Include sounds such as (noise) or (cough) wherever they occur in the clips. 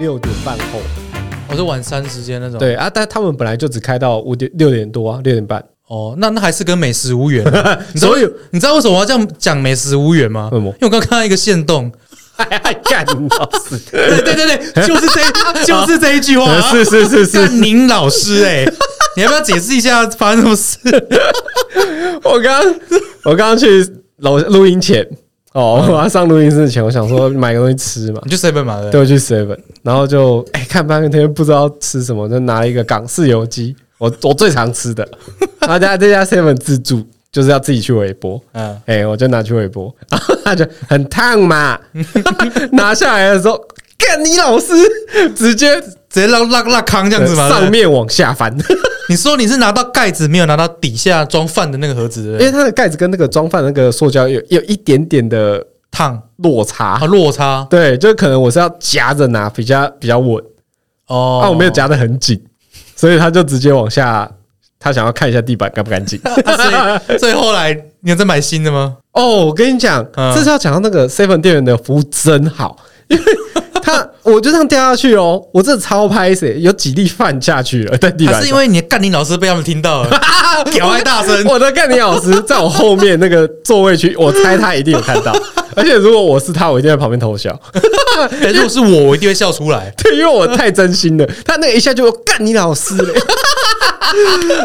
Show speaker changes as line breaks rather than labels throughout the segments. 六点半后。
我哦是晚餐时间那种。
对啊，但他们本来就只开到五点六点多啊，六点半。
哦，那那还是跟美食
(laughs)
无缘啊。你知道
所以
你知道为什么我要这样讲美食无缘吗？
为什么
因为我刚看到一个
(laughs)
线动，
哎 (laughs) 干你老师，
对对对对，就是这就是这一句
(laughs)
话、
啊是是是是，
干宁老师哎、
(laughs)
你要不要解释一下发生什么事？
我刚我刚刚去楼录音前，哦，我要上录音室前，我想说买个东西吃嘛，
你就 seven 嘛，对不对
对，我去 seven，然后就哎、看半天不知道吃什么，就拿了一个港式油鸡，我我最常吃
(laughs)
的，然后家这家 seven 自助就是要自己去微波，
嗯，
哎、我就拿去微波， (laughs) 然后他就很烫
(laughs)
嘛，拿下来的时候，干你老师直接呃
直接拉拉拉康这样子嘛。对
上
不对
面往下翻，
你说你是拿到盖子，没有拿到底下装饭的那个盒子，对不
因
对
为它的盖子跟那个装饭那个塑胶有有一点点的
烫
落差
啊，落差
对，就可能我是要夹着拿，比较比较稳，
哦。
啊，我没有夹得很紧，所以他就直接往下，他想要看一下地板干不干
(laughs)
净。
啊。所以所以后来你有在买新的吗？
哦，我跟你讲，
嗯
这是要讲到那个 Seven 店员的服务真好，因为他 (laughs) 我就这样掉下去哦，我真的超拍死，有几粒饭下去了在地板
还
上。
是因为你的干宁老师被他们听
(laughs)
到了，屌还大声？
我的干你老师在我后面那个座位区，我猜他一定有看
(laughs)
到，而且如果我是他，我一定在旁边偷笑。
(laughs) 哎如果是我，我一定会笑出来，
对，因为我太真心了，他那个一下就干你老师嘞。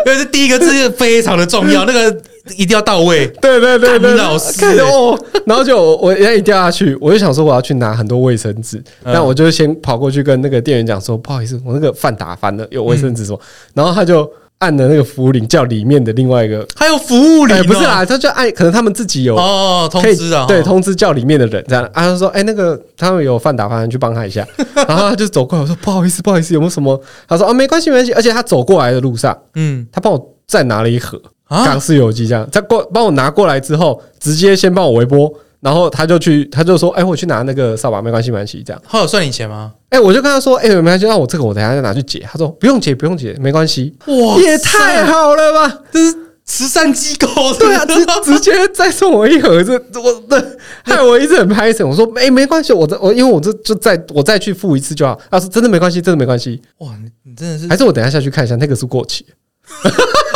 因为这第一个字非常的重
(laughs)
要，那个一定要到位。
对对对对，
干老师
看着
欸
哦，然后就我我人一掉下去，我就想说我要去拿很多卫生纸，
嗯
那我就先跑过去跟那个店员讲说，不好意思，我那个饭打翻了，有卫生纸说，
嗯
然后他就按了那个服务铃，叫里面的另外一个，
还有服务礼、
哎，不是啦，，他就按，可能他们自己有
哦，通
可以
知啊，
对，
哦
通知叫里面的人这样。啊，他说，哎、那个他们有饭打饭，你去帮他一
(laughs)
下。然后他就走过来，我说不好意思，不好意思，有没有什么？他说哦，没关系，没关系。而且他走过来的路上，
嗯
他帮我再拿了一盒
啊
港式油鸡，这样，他过帮我拿过来之后，直接先帮我微波。然后他就去，他就说：“哎、我去拿那个扫把，没关系，没关系。”这样，
他有算你钱吗？
哎、我就跟他说：“哎、没关系，那我这个我等一下再拿去解。”他说：“不用解，不用解，没关系。”
哇
也太好了吧！
这是慈善机构，
对啊，
(laughs)
直直接再送我一盒，这我的害我一直很拍手。我说哎、没关系，我这我因为我这就再我再去付一次就好。他说真的没关系，真的没关系，
哇，你你真的是
还是我等一下下去看一下那个是过期，，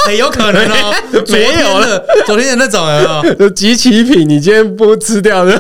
哎、有可能哦昨天
(laughs) 没有
的，昨天的那种人哦。
就集齐品，你今天不吃掉的。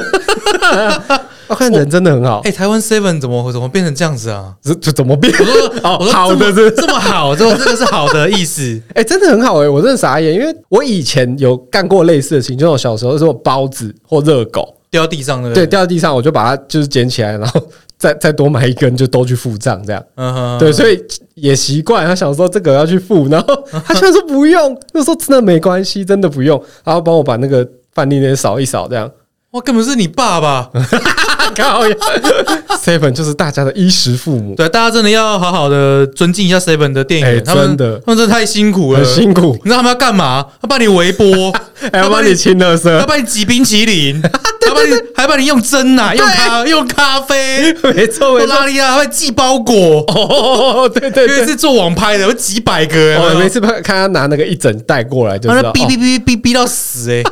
我看人真的很好
哎、，台湾 Seven 怎么怎么变成这样子啊？
这这怎么变？
我说，
(laughs) 哦
我说
好的
这么
是
这么好，这这个是好的意思。
哎、真的很好哎、我真的傻眼，因为我以前有干过类似的事情，就是我小时候做包子或热狗，
掉地上的，
对，，掉地上我就把它就是捡起来，然后 (laughs) 再再多买一根，就都去付账这样。
嗯哼，
对，所以也习惯。他想说这个要去付，然后 (laughs) 他居然说不用，就说真的没关系，真的不用。然后帮我把那个饭店那些扫一扫，这样。 (laughs)
哇，根本是你爸爸。
靠呀，seven 就是大家的衣食父母，
对，大家真的要好好的尊敬一下 Seven 的店
哎
员，他们
真的
他们真的太辛苦了，
很辛苦，
你知道他们要干嘛？他帮你
(laughs)
微波，
还要帮你清垃
他
圾，
帮你挤冰淇淋，他帮你还帮你用蒸奶、用咖、用咖啡、
没错
用
没错。
拉力啊，他会寄包裹。
哦， (laughs) 对对哦
因为
对，
是做网拍的，有几百个人，
我每次看看他拿那个一整袋过来就
然
知
后
道。
哔哔
哦
哔哔哔到死哎、欸！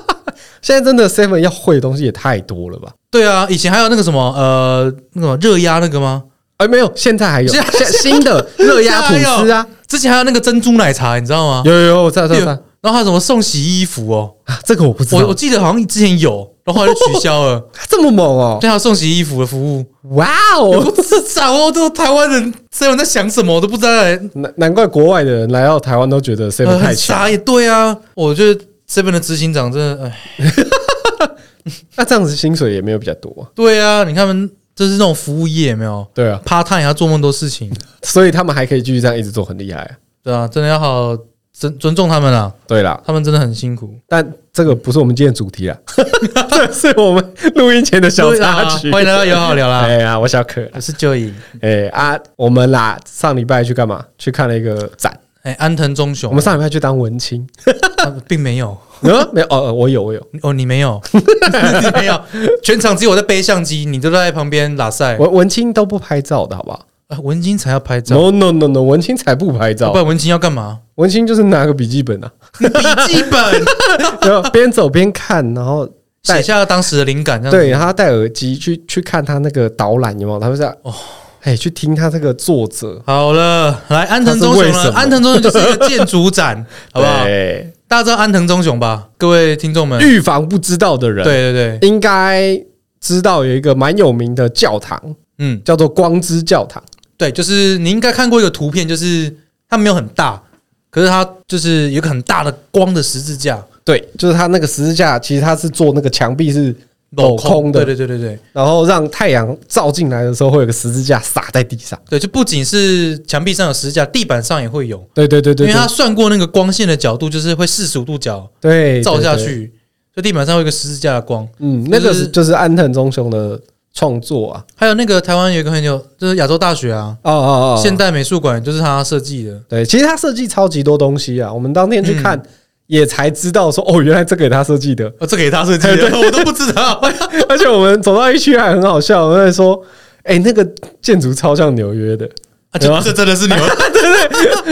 现在真的 seven 要会的东西也太多了吧？
对啊，以前还有那个什么呃，那个什么热压那个吗？
哎，没有，现在还有
现
现
在
新的热压吐司啊，
之前还有那个珍珠奶茶，你知道吗？
有有有，我知道知道知
有
道
然后还有什么送洗衣服哦，
啊，这个我不知
我
道
我，记得好像之前有，然后后来就取消
(laughs)
了。
这么猛哦！
对，还有送洗衣服的服务。 (laughs)
哇哦
我，不知道哦，都台湾人，所以我在想什么，我都不知道欸。
难难怪国外的人来到台湾都觉得 seven
呃，
太
很
强。
傻也对啊，我觉得这边的执行长真的，哎，
那这样子薪水也没有比较多、啊，
对啊，你看他们这是那种服务业有没有
对啊，
，part time 要做那么多
(laughs)
事情，
所以他们还可以继续这样一直做，很厉害、啊。
对啊，真的要好好尊尊重他们啊，
对啦，
他们真的很辛苦。
但这个不是我们今天的主题
(laughs)
啦，这是我们录音前的小
对啊
插
啦
曲。
欢迎来到友好聊
(laughs)
啦，
哎呀，我小可，
我是 Joy，
哎、啊，我们啦，上礼拜去干嘛？去看了一个展。
哎，安藤忠
我
雄
们，上礼拜去当文
(laughs)
青，
啊并没有，
啊，没有哦，哦我有我有，
哦，你没有， (laughs) 你没有，全场只有我在背相机，你都在旁边拉塞，
文文青都不拍照的好不好
啊文青才要拍照，
？No No No No，文青才不拍
不
照，
然文青要干嘛？
文青就是拿 (laughs) 个笔记
(laughs)
本啊，
笔记本
然后边走边看，然后
写下当时的灵感，这样子
对，他戴耳机去去看他那个导览有没有？他们在
哦
哦，哎，去听他这个作者，
好了，来安藤忠
他是
雄
为什
了。
么
安藤忠雄就是一个建
(laughs)
筑展，好不好？
对
大家知道安藤忠雄吧？各位听众们，
哎预防不知道的人，，
对对对，
应该知道有一个蛮有名的教堂，
嗯，
叫做光之教堂。
对，就是你应该看过一个图片，就是它没有很大，可是它就是有一个很大的光的十字架
对，就是它那个十字架，其实它是做那个墙壁是，镂空的
对对对对对
然后让太阳照进来的时候会有个十字架洒在地上。
对，就不仅是墙壁上有十字架，地板上也会有，
对对对
因
对
为
对
它算过那个光线的角度，就是会四十五度角
对，
照下
对。对
去，所以地板上会有一个十字架的光。
嗯，那个
就是
是就是安藤忠雄的创作啊。
还有那个台湾有一个很有，就是亚洲大学啊，
哦哦哦，
现代美术馆就是他设计的。
对，其实他设计超级多东西啊。我们当天
嗯
去看，也才知道说，哦，原来这个也他设计的。 (laughs)
哦，这给他设计 (laughs)
的
我都不知道。
而且我们走到一区还很好笑，我们在说，哎、那个建筑超像纽约的。
(laughs)
(laughs)
啊，这这真的是牛，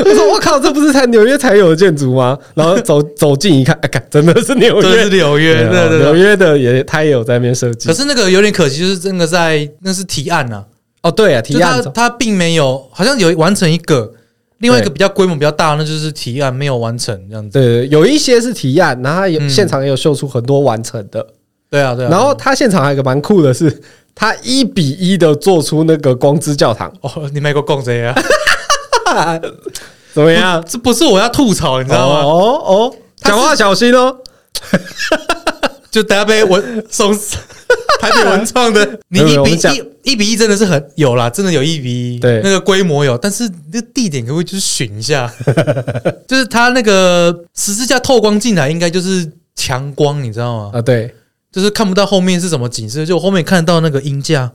我说我靠，这不是才纽约才有的建筑吗？然后走走近一看，哎、干真的是纽
真的
约
是。 (laughs) 纽约，
对
对
啊
对
纽
对。
约的也他也有在那边设计
可。是那个有点可惜，就是那个在那是提案呐、
哦，对啊，
就
提案
他他并没有，好像有完成一个，另外一个
对
比较规模比较大，那就是提案没有完成这样子。
对，有一些是提案，然后他有、
嗯
现场也有秀出很多完成的。
对啊，对啊。
然后他现场还有一个蛮酷的是，他一比一的做出那个光之教堂，
哦，你买个供这样，
怎么样？
这不是我要吐槽， (laughs) 你
你
知道吗？
哦哦，
他是
讲话小心哦。
就大家被文
(laughs)
松台北文创的，
没
你
有没
一
有我
比
们讲
一一比一真的是很有啦，真的有一比一，
对
那个规模有，但是那地点可不可以就是选
(laughs)
一下？就是它那个十字架透光进来，应该就是强光，你知道吗？
啊，对，
就是看不到后面是什么景色，就我后面看得到那个鹰
(laughs)
架，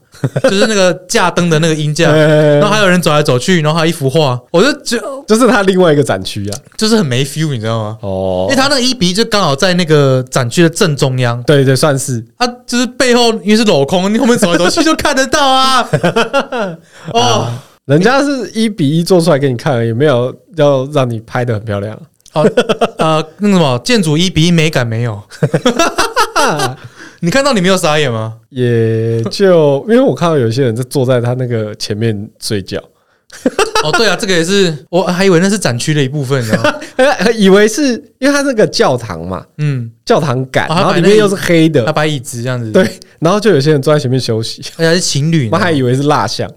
就是那个架灯的那个鹰架，啊然后
呃
还有人走来走去，然后还有一幅画，我就觉得
就是他另外一个展区啊。
就是很没 feel，你知道吗？
哦
因为它那个一比一就刚好在那个展区的正中央，
对对，算是
啊，就是背后因为是镂空，你后面走来走去就看得到 (laughs) 啊。哦，
人家是一比一做出来给你看而已，没有要让你拍的很漂亮。
好，呃，那个什么，建筑一比一美感没有。 (laughs)
啊
你看到你没有傻眼吗？
也就因为我看到有些人就坐在他那个前面睡觉，
哦，对啊，这个也是， (laughs) 我还以为那是展区的一部分 (laughs) 呢。
呃 (laughs) 以为是因为他那个教堂嘛，
嗯，
教堂感，
哦他
然后
摆
里
那
面又是黑
他
的，
摆椅子这样子，，
(laughs) 对，然后就有些人坐在前面休 (laughs) 息，
而且还是情侣，
我还以为是蜡 (laughs) 像，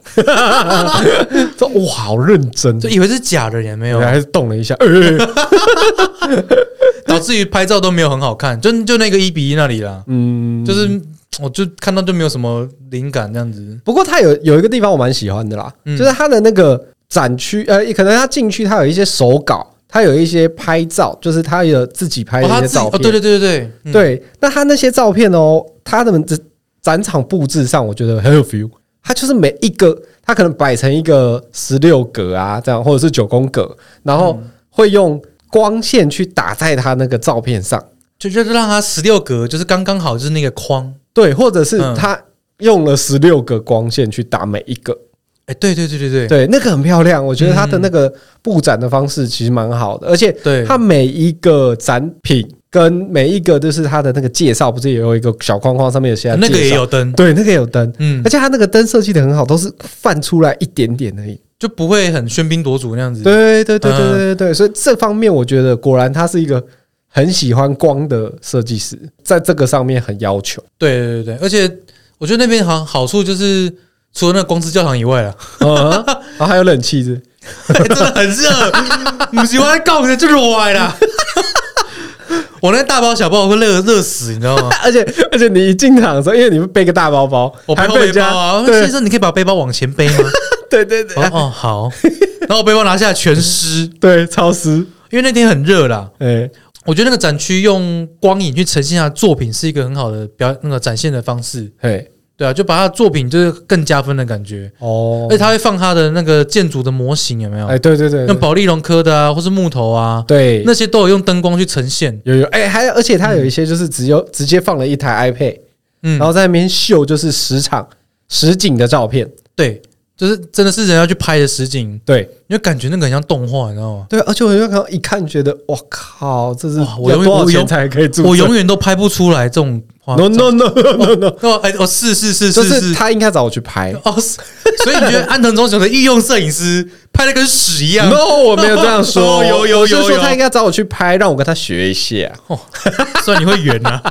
说哇，好认真，
就以为是假的人，没有
原，来是动了一下，呃
导致于拍照都没有很好看，就就那个一比一那里啦，
嗯，
就是我就看到就没有什么灵感这样子。
不过它有有一个地方我蛮喜欢的啦，
嗯
就是它的那个展区，呃，可能它进去它有一些手稿，它有一些拍照，就是它有自己拍
哦，
的一
他
些
自己
照
哦，
片。
对对对对对，嗯
对那它那些照片哦，它的展展场布置上，我觉得
嗯
很有 feel。它就是每一个，它可能摆成一个十六格啊，这样或者是九宫格，然后
嗯
会用光线去打在它那个照片上，
就就是让它十六格，就是刚刚好，就是那个框。
对，或者是
嗯
它用了十六个光线去打每一个。
哎、对对对对对
对，那个很漂亮，我觉得它的
嗯
那个布展的方式其实蛮好的，而且
对
它每一个展品跟每一个就是它的那个介绍，不是也有一个小框框上面有写它
那个也
介绍，
有灯，
对，那个也有灯，
嗯
而，且它那个灯设计的很好，都是泛出来一点点而已。
就不会很喧宾夺主那样子。
对对对对对对对，所以这方面我觉得果然他是一个很喜欢光的设计师，在这个上面很要求。
对对对对，而且我觉得那边好好处就是，除了那个光之教堂以外
(laughs)
啊，
嗯，然后还有冷气是不是
哎真的很热，不喜欢告的就热
(laughs)
啦。我那大包小包我会热热死，你知道吗？
而且而且你一进场的时候，因为你们背个大包包，
我背
还
后
被
背
人家
包啊，
对
先生，你可以把背包往前背
(laughs)
吗？
对对对
哦哦好，然后我背包拿下来全湿，
对，超湿。
因为那天很热啦。
哎、
我觉得那个展区用光影去呈现他的作品是一个很好的表那个展现的方式。
嘿，
对啊，就把他的作品就是更加分的感觉，
哦
而且他会放他的那个建筑的模型，有没有
哎、？对对对
用
对
保利龙科的啊，或是木头啊，
对，
那些都有用灯光去呈现。
有有，哎、还有，而且它有一些就是只有、直接放了一台 iPad，、
嗯
然，后在那边秀就是十场实景的照片，
对，就是真的是人家去拍的实景，
对
你就感觉那个很像动画，你知道吗？
对，而且我就看到一看觉得，哇靠，这是
哇我
要
永远
多少
我永
钱才可以住这？(laughs)
我永远都拍不出来这种画面。
no no no no no no，
(laughs) 哦，哎，哦，是是是
就是是他应该找我去
(laughs)
拍。
哦，是所以
(laughs)
你觉得安藤忠雄的御用摄影师拍的跟屎一样？
No，我没有这样说，
(laughs) 哦有有
我是
有
说
有
他应该找我去拍，让我跟他学一下。
哦，虽然你会圆
(laughs)
啊，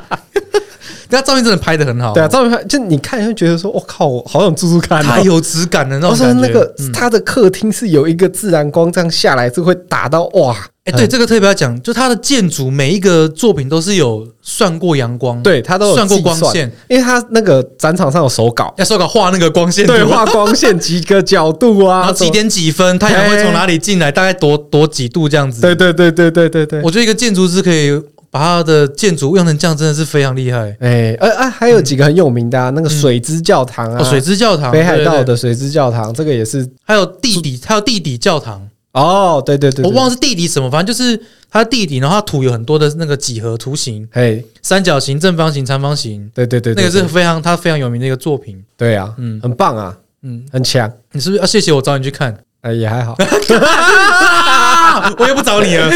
但他照片真的拍的很好，
对啊，照片拍就你看就觉得说，我靠，我好想住住看、啊
太。有质感的那
我
种
说
感觉。嗯
那个他的客厅是有一个自然光这样下来是会打到哇，
哎、对，这个特别要讲，就它的建筑每一个作品都是有算过阳光，，
对他都有
嗯算过
计
光线，
因为他那个展场上有手稿，
要手稿画那个光线
对，
图
画
啊
光线几个角度
(laughs) 然
啊，
后几
什么，
点几分太阳会从哪里进来，大概多多几度这样子。
对对对对对对对，
我觉得一个建筑师可以把他的建筑用成这样，真的是非常厉害。
哎，呃啊，还有几个很有名的啊，那个水之教堂啊，
嗯哦，水之教堂，
北海道
对，对对
的水之教堂，这个也是
还有地底，还有地底教堂，
哦，对对对，
我
了，
忘了是地底什么，反正就是它地底，然后它土有很多的那个几何图形，
嘿，
三角形、正方形、长方形，
对对对，
那
对
个是
对
非常它非常有名的一个作品。
对啊，嗯，很棒啊，
嗯，
很强，
你是不是要谢谢我找你去看？
哎，也还好，
(laughs) 啊， (laughs) 我也不找
(laughs)
你了。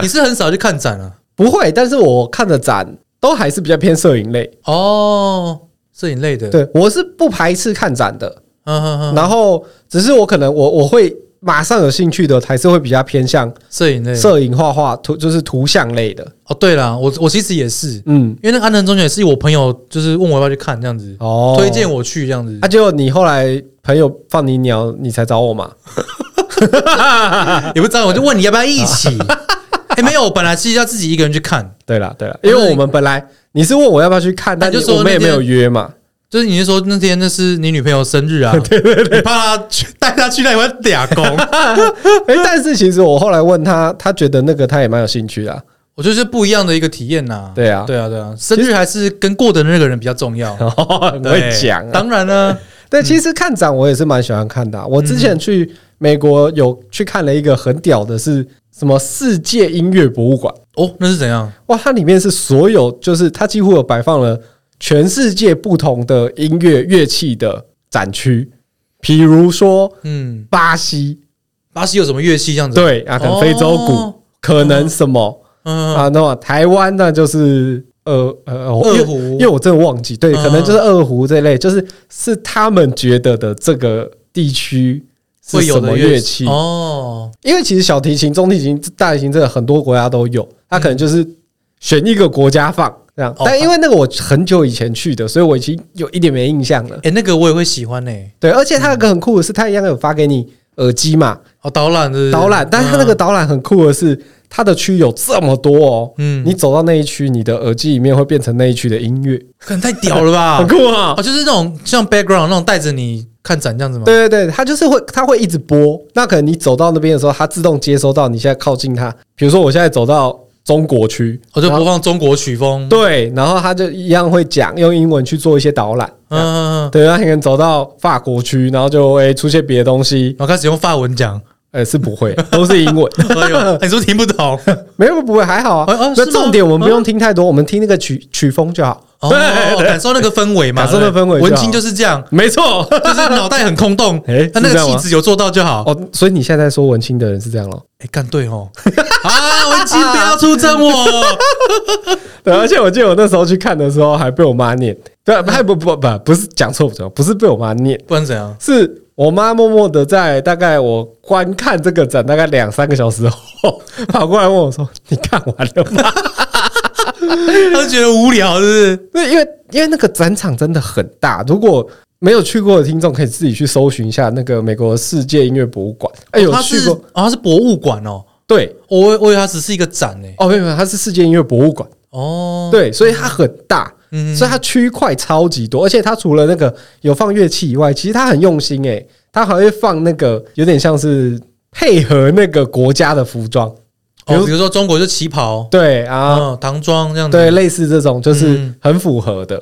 你是很少去看展啊？
不会，但是我看的展都还是比较偏摄影类，
哦，摄影类的。，
对我是不排斥看展的，
嗯嗯嗯，
然后只是我可能我我会马上有兴趣的，还是会比较偏向
摄影类。
摄影、画画、图，就是图像类的。
哦，对啦，我我其实也是，
嗯，
因为那个安藤忠雄也是我朋友，就是问我要不要去看这样子，
哦
推荐我去这样子
啊，。结果你后来朋友放你鸟，你才找我嘛？哎
(laughs) 也不知道，我就问你要不要一
(laughs)
起。哎，没有，我本来是要自己一个人去看，
对啦，对啦，因为我们本来你是问我要不要去看，但
那就是说
我们也
那
没
天
有约嘛。
(laughs) 就是你是说那天那是你女朋友生日啊？
(laughs)
对对对，你怕她去带她去那里会俩工，
哎，但是其实我后来问他，他觉得那个他也蛮有兴趣的啊。
我觉得是不一样的一个体验呐。
对啊 (laughs)
对啊，对啊，生日还是跟过的那个人比较重要。
很会
对
讲啊。
当然啦，
对，其实看展我也是蛮喜欢看的啊、我之前去美国有去看了一个很屌的，是什么世界音乐博物馆。
哦，那是怎样？
哇，它里面是所有，就是它几乎有摆放了全世界不同的音乐乐器的展区，比如说
嗯，
巴西，
巴西有什么乐器这样子？，
对啊，可能非洲鼓，
哦
可能什么、
嗯，
啊，那么台湾呢就是。呃呃，我
二
因为
胡
因为我真的忘记，对，
嗯
可能就是二胡这类，就是是他们觉得的这个地区是
会有
什
的
么
乐
乐器，
哦，
因为其实小提琴、中提琴、大提琴这个很多国家都有，它可能就是选一个国家放这样
哦。
但因为那个我很久以前去的，所以我已经有一点没印象了。
哎，那个我也会喜欢呢。
对，而且它有个很酷的是，它一样有发给你耳机嘛，
哦，导览的
导览。但是它那个，导览很酷的是，它的区有这么多哦。
嗯，
你
你
走到那一区，你的耳机里面会变成那一区的音乐，
可能太屌了吧
很？酷啊
哦，！就是那种像 background 那种带着你看展这样子吗？，
对对对，它就是会，它会一直播。那可能你走到那边的时候，它自动接收到你现在靠近它。比如说，我现在走到中国区，
我哦就
然后
播放中国曲风。
嗯对，然后他就一样会讲用英文去做一些导览，
嗯，嗯，嗯
对，他可能走到法国区，然后就会出现别的东西，
哦然后开始用法文讲，
呃，是不
(laughs)
会，都是英文，
哎
(laughs)
呦，你是不是听不懂？
没有不会，还好
哦
啊
哦。
那
是吗
重点我们不用听太多，我们听那个曲曲风就好。
哦，感受那个氛围嘛，
感受那个氛围就好
文青就是这样，
没错，
就是脑袋很
(laughs)
空洞，
哎
他那
是这
个
样吗
气质有做到就好。
哦，所以你现在说文青的人是这样咯。
哎，干对哦，啊，文青不要出征我。 (laughs)
对，而且我记得我那时候去看的时候还被我妈念，对，还不不不不是讲错不错，不是被我妈念，
不然怎样？
是我妈默默的在大概我观看这个展大概两三个小时后，跑过来问我说：“你看完了吗？”
(laughs) 他就觉得无聊，是不
对，因为因为那个展场真的很大，如果没有去过的听众可以自己去搜寻一下那个美国世界音乐博物馆。哎、
是？
有
他
去
是
过？
哦，他是博物馆哦。
对，
我我以为它只是一个展呢。
哦，没有没有，它是世界音乐博物馆，
哦，，
对，所以它很大，
嗯
所以它区块超级多，而且它除了那个有放乐器以外，其实它很用心诶、它还会放那个有点像是配合那个国家的服装，比
哦，
如
比如说中国就旗袍
对啊，
嗯，唐装这样子。
对，，类似这种就是
嗯
很符合的。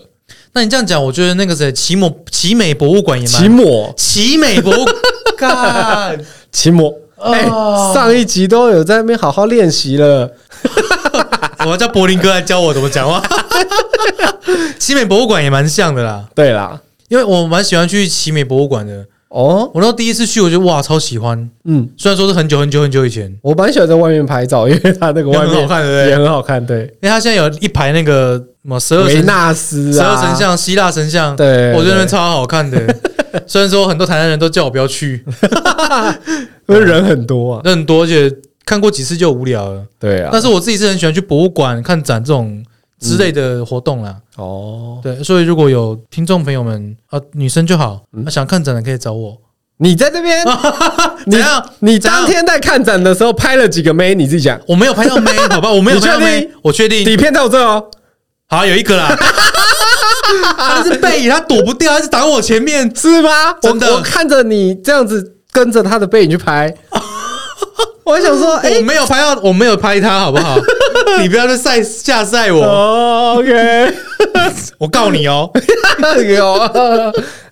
那你这样讲，我觉得那个谁，奇美奇美博物馆也
奇
蛮
摩，
奇美博物 (laughs) 干，
奇摩。
哦
哎、上一集都有在那边好好练习了，
我要叫柏林哥来教我怎么讲话。 (laughs) 奇美博物馆也蛮像的啦，
对啦，
因为我蛮喜欢去奇美博物馆的。
哦，
我那时候第一次去，我就哇超喜欢，
嗯，
虽然说是很久很久很久以前，
我蛮喜欢在外面拍照，因为它那个外
也很好
面
看，对不
也
对？
很好看，对，
因为它哎现在有一排那个什么十二
维
神、
纳斯
十
啊，
二神，像、希腊神像，
对，
我觉得那边
对
超好看的。 (laughs) 虽然说很多台南人都叫我不
(laughs)
要去，
因为人很多啊，
那很多，而且看过几次就无聊了。
对啊
但，是我自己是很喜欢去博物馆看展这种之类的活动啦。
哦，
对，所以如果有听众朋友们啊，女生就好，
嗯
那想看展的可以找我。
你在这
(laughs)
边，你
怎样？
你
怎样
当天在看展的时候拍了几个妹？你自己讲，
我没有拍
(laughs)
到妹，好吧，我没有
你
拍到
确
妹
定，
我确定。
底片在我这哦，
好，有一个啦，他是背影，他躲不掉，他是挡我前面。
是吗？
真的
我我看着你这样子跟着他的背影去
(laughs)
拍，我还想说，哎、
我没有拍到，我没有拍他，好不
(laughs)
好？你不要再晒吓晒我，
哦，OK，
我告你哦。
有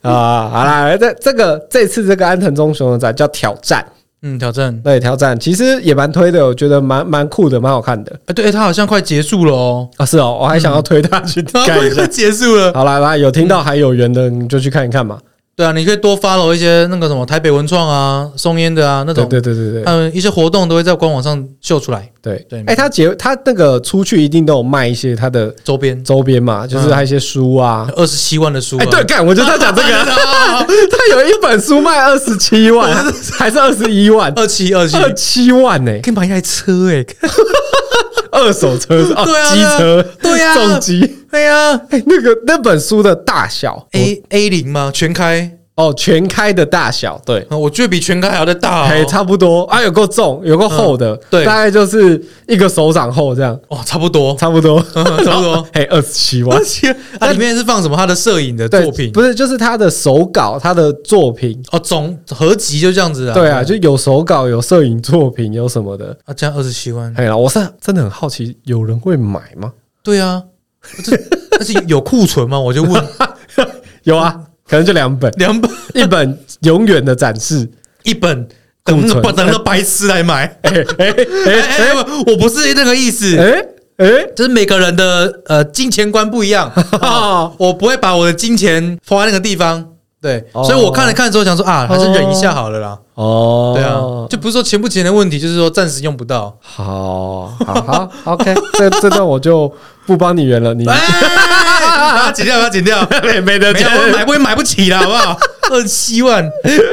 啊，好啦，这这个这次这个安藤忠雄的展叫挑战，
嗯，挑战。
对，挑战其实也蛮推的，我觉得蛮蛮酷的，蛮好看的
哎，对，他好像快结束了哦，
啊。是哦，我还想要推大家去
(laughs) 他
看一下
快。结束了。
好啦，来有听到还有缘的，你就去看一看嘛。
对啊，你可以多 follow 一些那个什么台北文创啊、松烟的啊那
对
种，
对对对对
他们一些活动都会在官网上秀出来
对
对
哎，他结他那个出去一定都有卖一些他的
周边，
周边嘛，就是他一些书啊。
二十七万的书、啊。
哎，对，干，我觉得他讲这
(laughs)
个，他有一本书卖二十七万，还是二十一万，
二七二七，欸
二七万呢、
可以买一台车哎、
二手车是哦，
(laughs) 对啊
机车，
对啊
重机。
对呀
哎、那个那本书的大小
，A A 零嘛，全开，
哦，全开的大小，对，
啊我觉得比全开还要再大、
哎、
哦，
差不多啊，有够重，有够厚的、
对
大概就是一个手掌厚这样，
哦，差不
(laughs)
多，
差不多，
嗯差不多。
哎、二十七万
而。且它里面是放什么？他的摄影的
对
作品，
不是，就是他的手稿，他的作品，
哦，总合集就这样子啊。
对啊，就有手稿，有摄影作品，有什么的。
啊，这样二十七万，
哎呀，我是真的很好奇，有人会买吗？
对啊，这但是有库存吗？我
(laughs)
就问，
有啊，可能就两 (laughs) 本，
两本
一本永远的展示，
一本，
库
等那
存
个等那个白痴来买。
哎哎
哎
哎
哎，哎我不是那个意思，
哎哎， (laughs)
就是每个人的呃金钱观不一样，哦我不会把我的金钱花在那个地方。对，
哦
所以我看了看之后想说啊，还是忍一下好了啦。
哦，
对啊，就不是说钱不钱的问题，就是说暂时用不到。
好，好，好，OK，这这段我就不帮你圆了， (laughs) 你
哎，把它剪掉，把它
(laughs)
剪掉，
没没得
没有我买不会买不起啦，好
(laughs)
不好？二七万，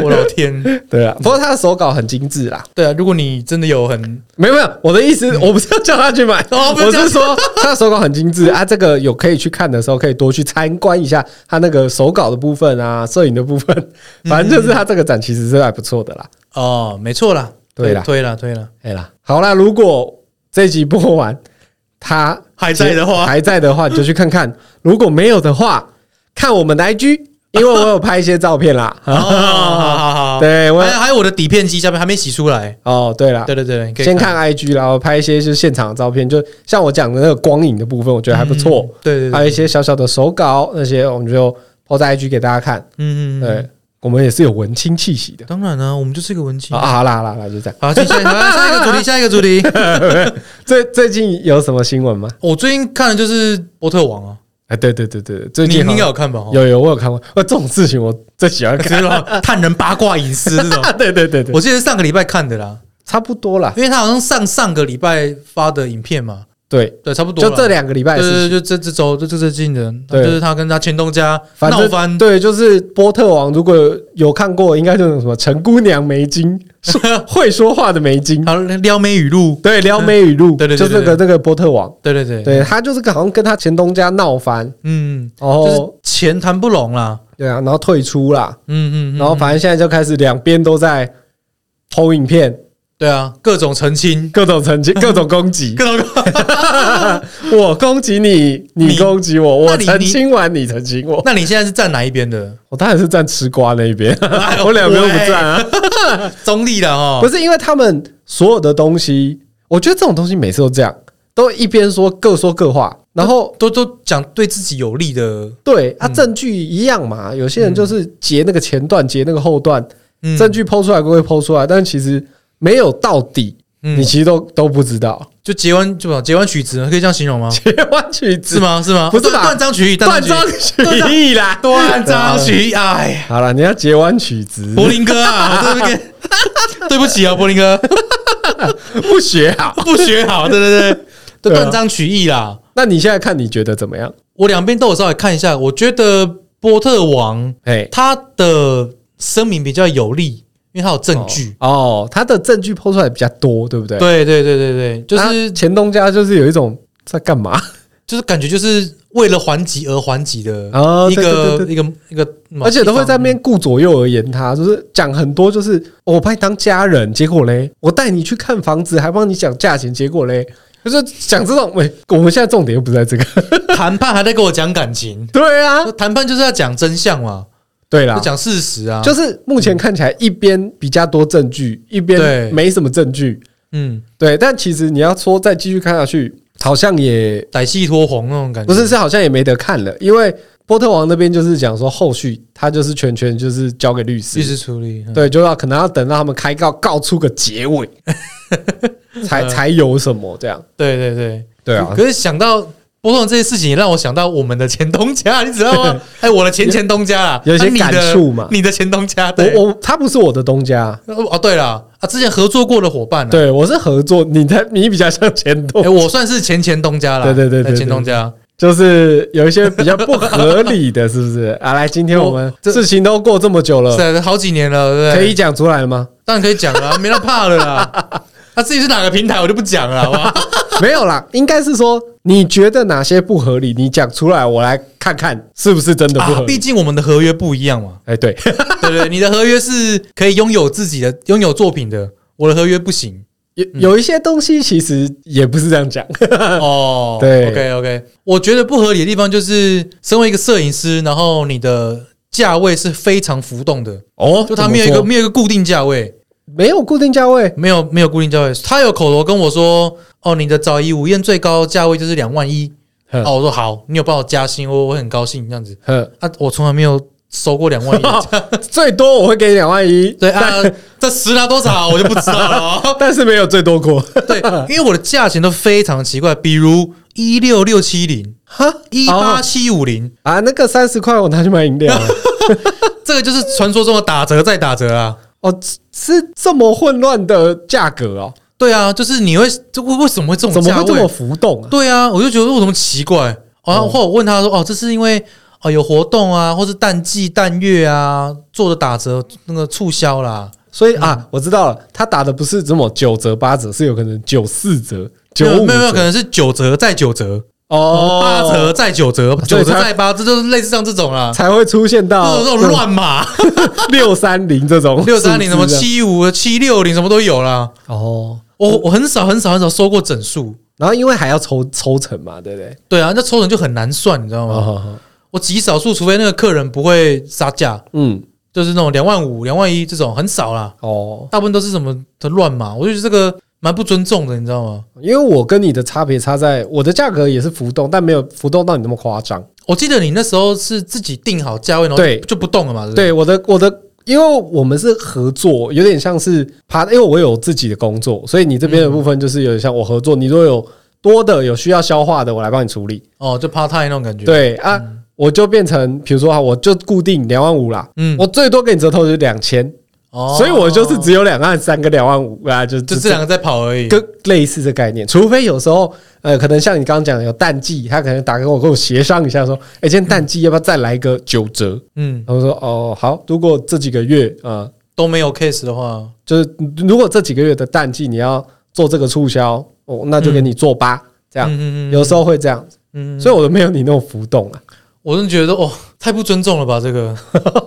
我老天！
对啊，不过他的手稿很精致啦，
对啊，如果你真的有很
没有没有，我的意思我不是要叫他去买，
哦不是
我
叫
是说他的手稿很精致啊，这个有可以去看的时候可以多去参观一下他那个手稿的部分啊，摄影的部分，反正就是他这个展其实是还不错的啦，
哦，没错啦，
对啦
推啦，
(laughs)
推啦，
哎啦，好啦，如果这集播完他
还在的话，
还在的话，你 (laughs) 就去看看；如果没有的话，看我们的 IG，因为我有拍一些照片
哦，好好
啦。
好 (laughs) 好，
对，我
还有还有我的底片机下面还没洗出来，
哦，对了，
对对对，可以
先看 IG，然后拍一些就是现场的照片，就像我讲的那个光影的部分，我觉得还不错啊
嗯，对对
还
对，
有一些小小的手稿那些，我们就 PO 在 IG 给大家看。
嗯嗯，嗯，
对，我们也是有文青气息的。
当然啦，我们就是一个文青。
啊，好啦好啦，好啦就这样。
好，接下来好下一个主题，下一个主题。
(laughs) 最最近有什么新闻吗？
我最近看的就是《波特王》啊，
哎，对对对对，最
你
近
应
好
该
像
有看吧？哦
有有我有看过，呃，这种事情我最喜欢
就
看。
是那种探人八卦隐私 (laughs) 这种。
对对 (laughs) 对对，
我记得是上个礼拜看的啦，
差不多啦。
因为他好像上上个礼拜发的影片嘛，
对，
对，差不多啦。
就这两个礼拜
对
的事情
对对，就这这周就这最近的，
对
就是他跟他前东家
反
闹
正
翻，
对，就是波特王，如果有看过，应该就是什么陈姑娘梅金，说会说话的梅金，
然后撩妹语录，
对，撩妹语录，
对对对
就是那个那个波特王，
对对对，
对他就是好像跟他前东家闹翻，
嗯，
然
就是
后
钱谈不拢啦，
对啊，然后退出啦，
嗯嗯，嗯
然后反正现在就开始两边都在偷影片，
对啊，各种澄
(laughs)
清，
各种
(laughs)
澄清，各种攻击，
各种
我攻击你，你
你
攻击我，
那
我
你
澄清完你澄清我，
那你现在是站哪一边的？
我当然是站吃瓜那一边，
哎
(laughs) 我两边都不
喂
站啊。
中立了哦，
(laughs) 不是因为他们所有的东西，我觉得这种东西每次都这样，都一边说各说各话，然后
都都讲对自己有利的，
对啊，
嗯
证据一样嘛。有些人就是截那个前段，截那个后段，
嗯
证据剖出来归剖出来，但其实没有到底，
嗯
你其实都都不知道。 (laughs)
就截完就截完曲子，可以这样形容吗？
切换曲
是
子
吗？是吗？哦
不是吧
断章取义，
断
断
章
章取义
取义啊啦，
断章取义，哎呀，
好了，你要截弯曲子，
柏林哥啊，我对不起， (laughs) 对不起啊，柏林哥，
(laughs) 不学啊好。
不学好，对对对，就
对啊
断章取义啦。
那你现在看，你觉得怎么样？
我两边都有稍微看一下，我觉得波特王
哎，
他的声明比较有力，因为他有证据。
哦，他的证据抛出来比较多，对不哦对？，啊
对对对对对，就是
前东家就是有一种在干嘛
就是感觉就是为了还击而还击的
啊
(laughs) 一
对对
个
对
一个一个，
而且都会在那边顾左右而言他，就是讲很多，就是哦我把你当家人，结果嘞，我带你去看房子，还帮你讲价钱，结果嘞，就是讲这种。喂、我们现在重点又不在这个。 (laughs)
谈判，还在跟我讲感情。
对啊，
谈判就是要讲真相嘛，
对啦
要，讲事实啊。
就是目前看起来一边比较多证据，一边
对
没什么证据。
嗯，
对，但其实你要说再继续看下去，好像也
歹戏拖红那种感
不
觉。
是，是好像也没得看了，因为波特王那边就是讲说后续他就是全权就是交给律师
律，师处理。嗯，
对，就要可能要等到他们开告告出个结
(laughs)
尾，才
嗯
才有什么这样。
对对对。
对啊，
可是想到波动这些事情，也让我想到我们的前东家，你知道
(laughs)
吗？哎，我的前前东家啊，
有有些
啊你的
感触嘛
你的前东家，对。
我我他不是我的东家，
哦，对了啊，之前合作过的伙伴啊，
对我是合作，你的你比较像前东
哎，，我算是前前东家了，
对对对对
哎前东家。
就是有一些比较不合理
(laughs)
的，是不是？啊，来，今天我们
这
事情都过这么久了，
是啊好几年了，对不
可
对？
以讲出来了吗？
当然可以讲了 (laughs) 啊，没那怕
(laughs)
了啦。他自己是哪个平台，我就不讲了，好不好？
没有啦，应该是说你觉得哪些不合理，你讲出来，我来看看是不是真的不
啊
合
毕
理。
竟嗯我们的合约不一样嘛，
哎，
(laughs)
对，
对不对？你的合约是可以拥有自己的、拥有作品的，我的合约
(laughs)
不行。
有有一些东西其实也不是这样讲，
哦，
对
，OK OK，我觉得不合理的地方就是，身为一个摄影师，然后你的价位是非常浮动的，
(laughs) 哦
就它没有一个没有一个固定价位，
没有固定价位，
没有没有固定价位。他有口头跟我说，哦，你的早乙午宴最高价位就是两万一，
嗯
哦，我说好，你有帮我加薪，我我很高兴这样子。
呵，
啊，我从来没有收过
(laughs)
两万一的价，
最多我会给你两万一，
对啊，这实拿多少我就不知道了、哦。 (laughs)
但是没有最多过。 (laughs)
对，因为我的价钱都非常奇怪，比如一六六七零、
哈
一八七五零，
啊，那个三十块我拿去买饮
(laughs)
料了。
这个就是传说中的打折再打折啊。
哦，是这么混乱的价格哦，
对啊，就是你会这为为什么会这种
怎么
价
会这
位？
么浮动啊？
对啊，我就觉得为什么奇怪。哦，然后
哦
或我问他说，哦，这是因为哦有活动啊，或是淡季淡月啊做的打折那个促销啦。
所以
嗯
啊，我知道了，他打的不是这么九折八折，是有可能九四折、九
没有
五
没有没有，可
折
能是九折再九折，
哦，啊
八折再九折，
所以
九折
他
再八，这就是类似像这种啦，
才会出现
这
到嗯
种这种乱码，
(laughs) 六三零这种
(laughs) 六三零
数
什么
字的
七五七六零什么都有啦。
哦。
我我很少很少很少收过整数，
然后因为还要抽抽成嘛，对不对？
对啊，那抽成就很难算，你知道吗？
哦，
我极少数，除非那个客人不会杀价，
嗯，
就是那种两万五、两万一这种很少啦，
哦，
大部分都是什么的乱码，我就觉得这个蛮不尊重的，你知道吗？
因为我跟你的差别差在我的价格也是浮动，但没有浮动到你那么夸张。
我记得你那时候是自己定好价位，然后
对
就就不动了嘛，对不对？
对，我的我的，因为我们是合作，有点像是爬，因为我有自己的工作，所以你这边的部分就是有点像我合作，你如果有多的有需要消化的，我来帮你处理。
哦，就 part time 那种感觉。，
对啊，我就变成比如说啊，我就固定两万五啦，
嗯，
我最多给你折头就是两千，
哦
所以我就是只有两万三跟两万五啊，就
就这两个在跑而已。
跟类似的概念，除非有时候呃，可能像你刚刚讲的有淡季，他可能打给我跟我协商一下说，哎、今天淡季要不要再来个九折？
嗯，
他们说哦好，如果这几个月啊、呃
都没有 case 的话，
就是如果这几个月的淡季你要做这个促销，哦，那就给你做八、这样，
嗯嗯嗯，
有时候会这样，
嗯，
所以我都没有你那种浮动啊。
我真的觉得哦，太不尊重了吧，这个，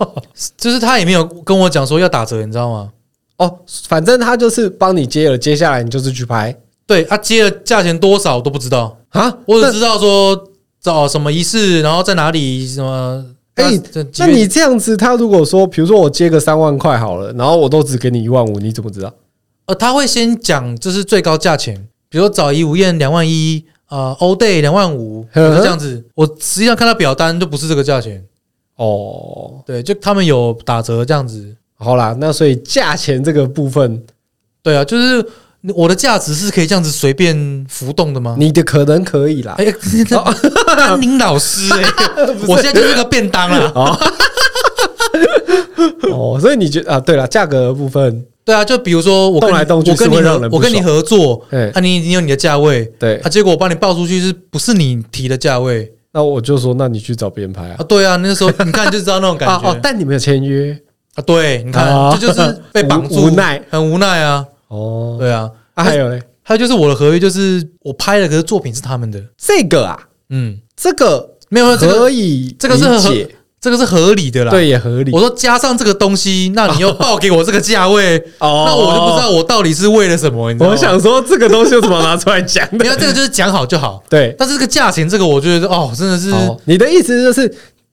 (laughs) 就是他也没有跟我讲说要打折，你知道吗？
哦，反正他就是帮你接了，接下来你就是去拍
对，他、接了价钱多少我都不知道，
啊。
我只
那
知道说找什么仪式，然后在哪里什么。
哎
这几
那
月
你这样子，他如果说，比如说我接个三万块好了，然后我都只给你一万五，你怎么知道？
呃，他会先讲就是最高价钱，比如说早一无燕两万一，呃，all day 两万五，
呵呵
就这样子。我实际上看到表单就不是这个价钱，
哦，
对，就他们有打折这样子。
好啦，那所以价钱这个部分，
对啊，就是我的价值是可以这样子随便浮动的吗？
你的可能可以啦。
哎呀，安宁老师、欸，我现在就是个便当啊啦。
(laughs) 哦，所以你觉得啊？对了，价格的部分，
对啊，就比如说我跟
动来动去
我跟
是
你
会让
合
人，不
我跟你
爽
合作，
哎，
啊，你已经有你的价位，
对
啊，，结果我帮你报出去是不是你提的价位
那我就说，那你去找别人拍啊
啊？。对啊，那时候你看就知道
(laughs)
那种感
啊
觉
哦，但你没有签约
啊，对，你看
哦 (laughs)
这就是被绑
无
住，
无奈，
很无奈啊，
哦。
对啊，
啊，还有嘞，
还有就是我的合约就是我拍了，可是作品是他们的，
这个啊，
嗯，
这个
没哦有这个
可以
这个是
理
合
解，
这个是合理的啦，
对，也合理
我。说加上这个东西，那你又报给我这个价位，
(laughs) 哦
那我就不知道我到底是为了什么，你知道
我
吗？
想说这个东西有什么拿出来讲
没有，
的？
这个就是讲好就好。
(laughs) 对，
但是这个价钱，这个我觉得哦，真的是，
哦，你的意思就是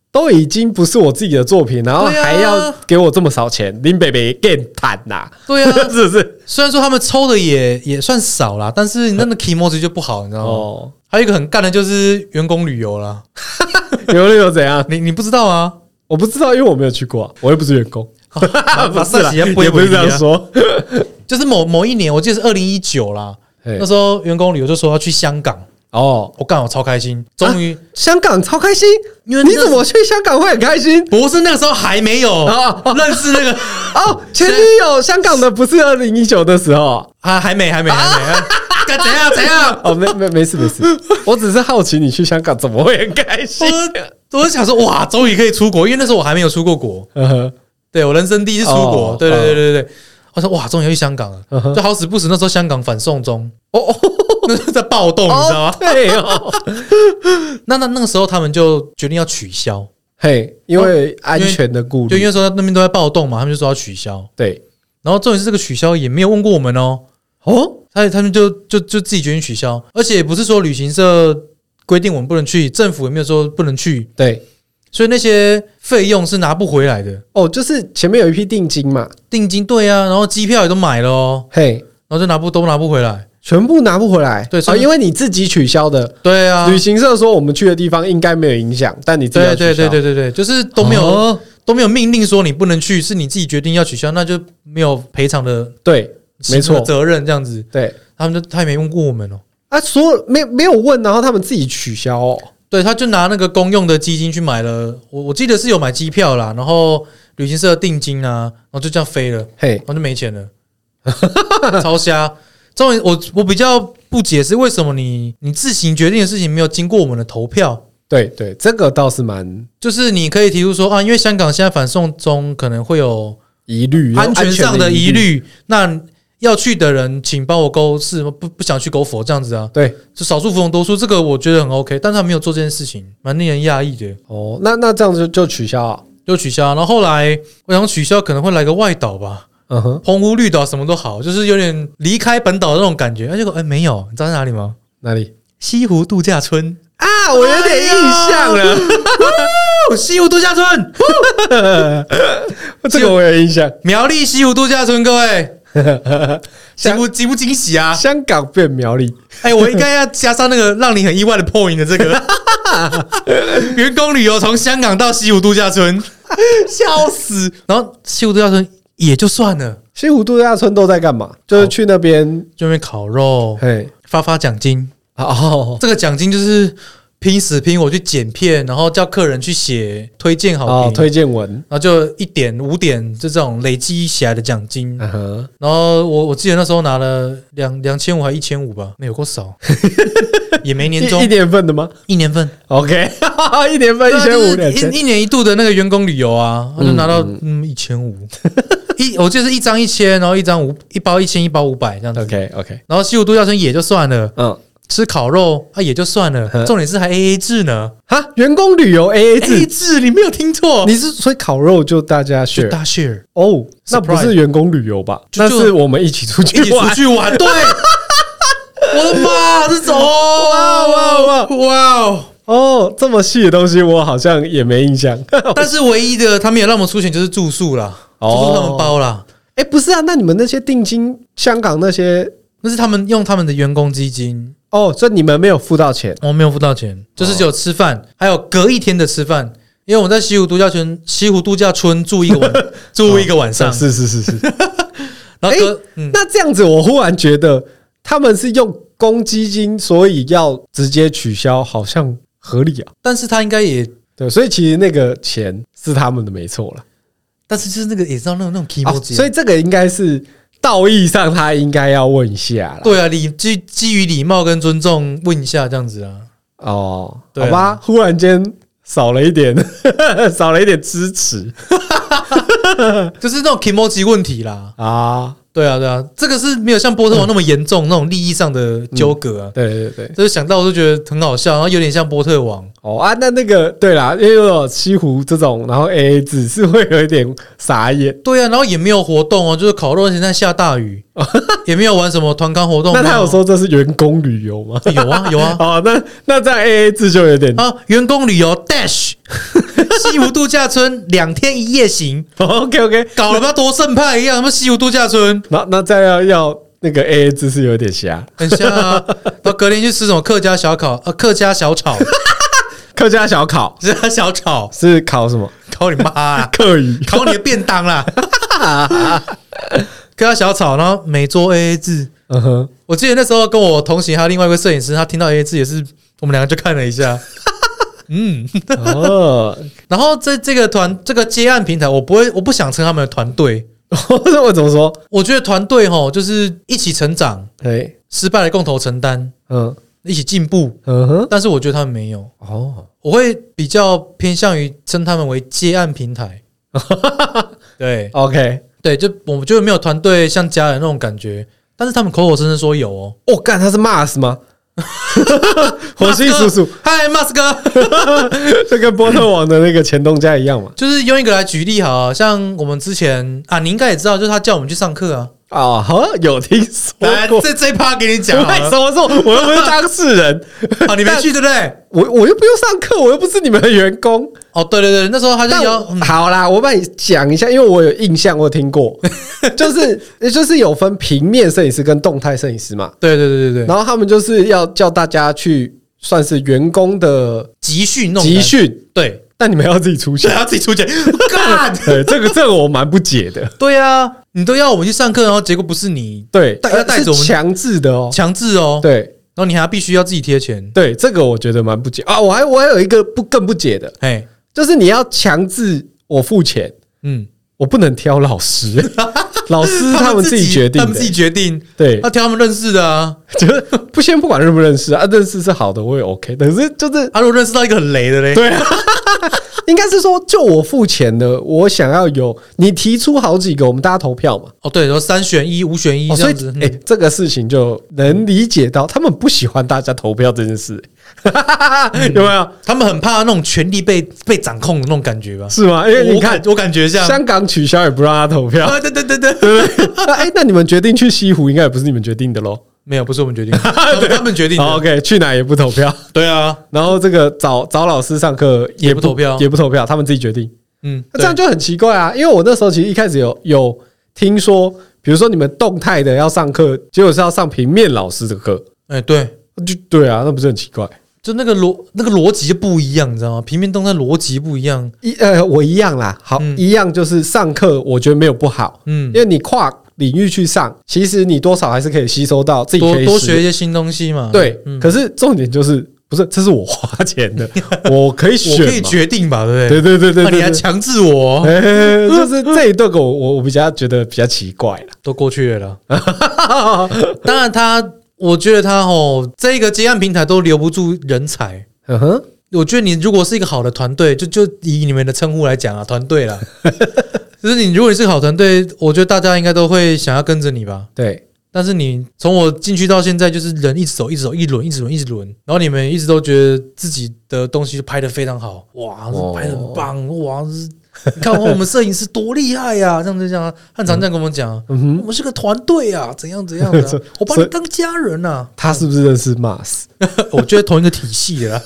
都已经不是我自己的作品，然后
对啊
还要给我这么少钱，林北北更坦呐，
对啊。
(laughs)
(laughs)
是不是？
虽然说他们抽的也也算少啦，但是那个 key emoji 就不好，你知道吗？
哦，
还有一个很干的就是员工旅游啦，
有理有怎样？
你你不知道啊？
我不知道，因为我没有去过啊，我又不是员工，不是啦，
也
也
不
不是这样，说。
就是某某一年，我记得是二零一九啦，
嘿
那时候员工旅游就说要去香港，
哦，
我干，我超开心，终于、
香港超开心，
因为那
你
时候
怎么去香港会很开心？
不是那个时候还没有、
哦
认识那个。
哦，前女友香港的不是二零一九的时候啊
啊，还没，还没，还没，啊怎样怎样？
哦，没没没事没事，我只是好奇你去香港怎么会很开心？
(laughs) 我我想说，哇，终于可以出国，因为那时候我还没有出过国，
呵呵
对我人生第一次出国，
哦
对对对对对对，我说哇，终于要去香港了，
嗯哼
就好死不死，那时候香港反送中，哦哦，那时候在暴动，你知道吗
哦？对哦，
那那那个时候他们就决定要取消，
嘿，因为安全的顾
哦就因
虑，
为说那边都在暴动嘛，他们就说要取消，
对
然后重点是这个取消也没有问过我们哦，
哦，
他他们就就就自己决定取消，而且也不是说旅行社规定我们不能去，政府也没有说不能去，
对
所以那些费用是拿不回来的，
哦，就是前面有一批定金嘛，
定金对啊，然后机票也都买了哦，
嘿，
然后就拿不都拿不回来，
全部拿不回来，
对
哦，
所以
因为你自己取消的。
对啊，
旅行社说我们去的地方应该没有影响，但你自己要
对啊
取消
对对对对对，就是都没有、
哦
都没有命令说你不能去，是你自己决定要取消，那就没有赔偿的
对没错
责任这样子，
对
他们就他也没问过我们哦，
啊，所有没没有问，然后他们自己取消哦，
对，他就拿那个公用的基金去买了，我我记得是有买机票啦，然后旅行社的定金啊，然后就这样飞了。
嘿，
然后就没钱了， (laughs) 超瞎。终于，我我比较不解是为什么你你自行决定的事情没有经过我们的投票，
对对，这个倒是蛮
就是你可以提出说啊，因为香港现在反送中可能会有
疑虑，
安全上的疑
虑，
虑，那要去的人请帮我勾是不不想去勾佛这样子啊，
对
就少数服从多数，这个我觉得很 OK，但是他没有做这件事情，蛮令人讶异的，
哦，那那这样就就取消啊，
就取消。然后后来我想取消可能会来个外岛吧，
嗯哼，
澎湖绿岛什么都好，就是有点离开本岛的那种感觉。哎，结果哎没有，你知道在哪里吗？
哪里
西湖度假村
啊？我有点印象了。
哦，西湖度假村，
(laughs) 这个我有印象。
苗栗西湖度假村，各 (laughs) 位惊不惊不惊喜 (laughs) 啊？
香港变苗栗，
哎，我应该要加上那个让你很意外的 point 的 (laughs) 这个员工旅游从香港到西湖度假村， (laughs) 笑死！然后西湖度假村也就算了，
西湖度假村都在干嘛？
哦
就是去那边，
就那边烤肉
嘿，
发发奖金，
哦
这个奖金就是拼死拼活去剪片，然后叫客人去写推荐好
哦
评，，
推荐文，
然后就一点五点就这种累积起来的奖金。
嗯哼，
然后我我记得那时候拿了两两千五还一千五吧，没有够少， (laughs) 也没年
一一
终
年份的吗
一年份，
？OK，一 (laughs) 年份一
对啊
千
就是
五两千，
一一年一度的那个员工旅游啊，我就拿到嗯一千五， (laughs) 一我记得是一张一千，然后一张五一包一千一包五百这样子。
OK OK，
然后西湖度假村也就算了，
嗯，
吃烤肉啊也就算了，
嗯
重点是还 AA 制呢。
哈，员工旅游 AA
A
制，
制，哎你没有听错，
你是所以烤肉就大家
哦就
share
大 share
哦，那
Surprise
不是员工旅游吧？
就
那
就是
我们一起出
一起
去
出
玩，
去玩，对， (laughs) 我的妈，这种哇哇哇哇哦！
(laughs) 哦，这么细的东西我好像也没印
(laughs)
象。
但是唯一的他们有让我们出钱就是住宿啦，住
哦
宿他们包啦，
哎，不是啊，那你们那些定金，香港那些，
那是他们用他们的员工基金，
哦，所以你们没有付到钱。
我哦没有付到钱，就是只有吃饭，还有隔一天的吃饭。因为我们 (laughs) 哦在西湖度假村，西湖度假村住一个晚，住一个晚上，
是是是是，
然后
诶
歌，嗯，
那这样子，我忽然觉得他们是用公积金，所以要直接取消，好像合理啊。
但是他应该也，
对，所以其实那个钱是他们的，没错了。
但是就是那个也知道那种那种
啊
emoji，、
所以这个应该是道义上他应该要问一下啦。
对啊，礼基基于礼貌跟尊重问一下这样子啊。
哦，
对啊
好吧，忽然间少了一点， (laughs) 少了一点支持
就是那种 emoji 问题啦，
啊。
对啊，对啊，这个是没有像波特王那么严
嗯
重、那种利益上的纠葛啊。
对对对，
就是想到我就觉得很好笑，然后有点像波特王，
哦啊，那那个对啦，因为有西湖这种，然后 A A 制是会有一点傻眼。
对啊，然后也没有活动哦，就是烤肉，现在下
(laughs)
大雨，也没有玩什么团康活动。
那他有
没
说这是员工旅游吗？
有啊有
(laughs)
啊
哦，那那这样 A A 制就有点 (laughs)
啊，员工旅游 dash (laughs) 西湖度假村两天一夜行，
OK OK 。
搞得他多正派一样，什么西湖度假村
那那再要要那个 A A 制是有点瞎，
很像啊。 (laughs) 然后隔天去吃什么客家小烤，呃，客家
(laughs)
小炒，
客家小烤
客家小炒，
是烤什么？
烤你妈啊！
客语
烤你的便当啦！ (laughs) 客家小炒，然后每桌 A A 制。
嗯哼，
我记得那时候跟我同行还有另外一位摄影师，他听到 A A 制也是，我们两个就看了一下。嗯，
(laughs) 哦，
然后这这个团这个接案平台，我不会，我不想称他们的团队。
(laughs) 我怎么说？
我觉得团队吼就是一起成长，
哎，
失败了共同承担，
嗯
一起进步。
嗯哼，
但是我觉得他们没有，
哦，
我会比较偏向于称他们为接案平台。 (laughs) 对
OK，
对，就我觉得没有团队像家人那种感觉，但是他们口口声声说有哦。
我干、他是 Mars 吗？ (laughs) 火星叔 (laughs) 叔，
嗨，马斯哥，
这跟波特王的那个前东家一样 (laughs) 嘛？
(laughs) 就是用一个来举例好啊，像我们之前啊，你应该也知道，就是他叫我们去上课
(laughs)
啊。
哦，好，有听说
来，
过。
这这一趴给你讲
讲啊
好
什么
了，
时候？我又不是当事人，
啊，你没去对不对？
(laughs) 我我又不用上课，我又不是你们的员工。
哦，对对对，那时候他就
但
邀
我、
嗯 (laughs)
好啦，我帮你讲一下，因为我有印象，我有听过，就是就是有分平面摄影师跟动态摄影师嘛，
对对对对对，
然后他们就是要叫大家去算是员工的
集训弄
集，训，
对，
(laughs) 但你们要自己出
对， (laughs)
现。
他自己出钱，干，
(laughs) 对，这个这个我蛮不解的。
(laughs) 对啊，你都要我们去上课，然后结果不是你
对，呃
大家带着我们
是强制的哦。
强制哦，
对
然后你还必须要自己贴钱，
对，这个我觉得蛮不解啊。我还我还有一个不更不解的，
哎，
就是你要强制我付钱，
嗯，
我不能挑老师，
(laughs)
老师他们自己决定
他们自己
的。
决定，
对
他，挑他们认识的啊，
(laughs) 就是不先不管认不认识啊，认识是好的，我也 OK。但是
(laughs)
就是
啊他如果认识到一个很雷的嘞，
对啊，应该是说，就我付钱的，我想要有你提出好几个，我们大家投票嘛。
哦对，然后三选一、五选一
哦、
这
所以
样子，，
哎、
嗯
这个事情就能理解到他们不喜欢大家投票这件事，
嗯
有没有？
他们很怕那种权力被被掌控的那种感觉吧？
是吗？因为你
我
看
感，我感觉像
香港取消也不让他投票，
(laughs) 啊，对对对对，
对不对？那哎、那你们决定去西湖，应该也不是你们决定的喽。
没有，不是我们决定的，他们他们决定
好
的，
OK，去哪也不投票。
对啊，
然后这个找找老师上课也
也不投票
也不投票，他们自己决定。
嗯，
那这样
就
就很奇怪啊，因为我那时候其实一开始有有听说，比如说你们动态的要上课，结果是要上平面老师的课，
哎对，
就对啊，那不是很奇怪？
就那个逻那个逻辑就不一样，你知道吗？平面动态逻辑不一样，
一呃，我一样啦，好，
嗯
一样就是上课，我觉得没有不好，
嗯
因，为你跨领域去上，其实你多少还是可以吸收到自己
多
可以
多
使
学一些新东西嘛，
对，
嗯，
可是重点就是不是，这是我花钱
(laughs)
的，我可以
我
选嘛，
可以决定吧，对不对？
对对对对
那你
对
还
对。
强制
(laughs)
我哦，
哎，就是这一段我我我比较觉得比较奇怪
都过去了啦。
了，
当然，他我觉得他哦，这个接案平台都留不住人才，
嗯哼，
我觉得你如果是一个好的团队，就就以你们的称呼来讲啊，团队 (laughs) 啦，就是你如果你是个好团队，我觉得大家应该都会想要跟着你吧。
对，
但是你从我进去到现在，就是人一直走，一直走，一轮，一直轮，一直轮，然后你们一直都觉得自己的东西拍得非常好，哇，
哦
拍得很棒，哇，是你看我们摄影师多厉害呀、这样子这样啊，他常这样跟我们讲啊，
嗯哼
我们是个团队啊，怎样怎样的啊、 (laughs)
所以
我把你当家人啊呐、
他是不是认识 Mars？ (laughs)
我觉得同一个体系的啦。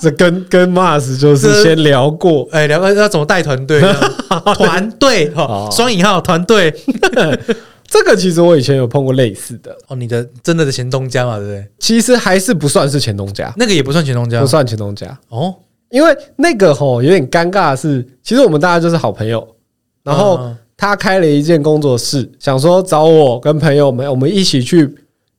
这跟跟 Mars 就是先聊
(laughs)
过，
哎，聊个要怎么带
(laughs)
团队，这样团队哈
哦，
双引号团队
这个其实我以前有碰过类似的，
哦，你的真的的前东家嘛，对不对？
其实还是不算是前东家，
那个也不算前东家
啊不算前东家，
哦，
因为那个吼有点尴尬的是，其实我们大家就是好朋友，然后
嗯
他开了一间工作室，想说找我跟朋友们，我们一起去，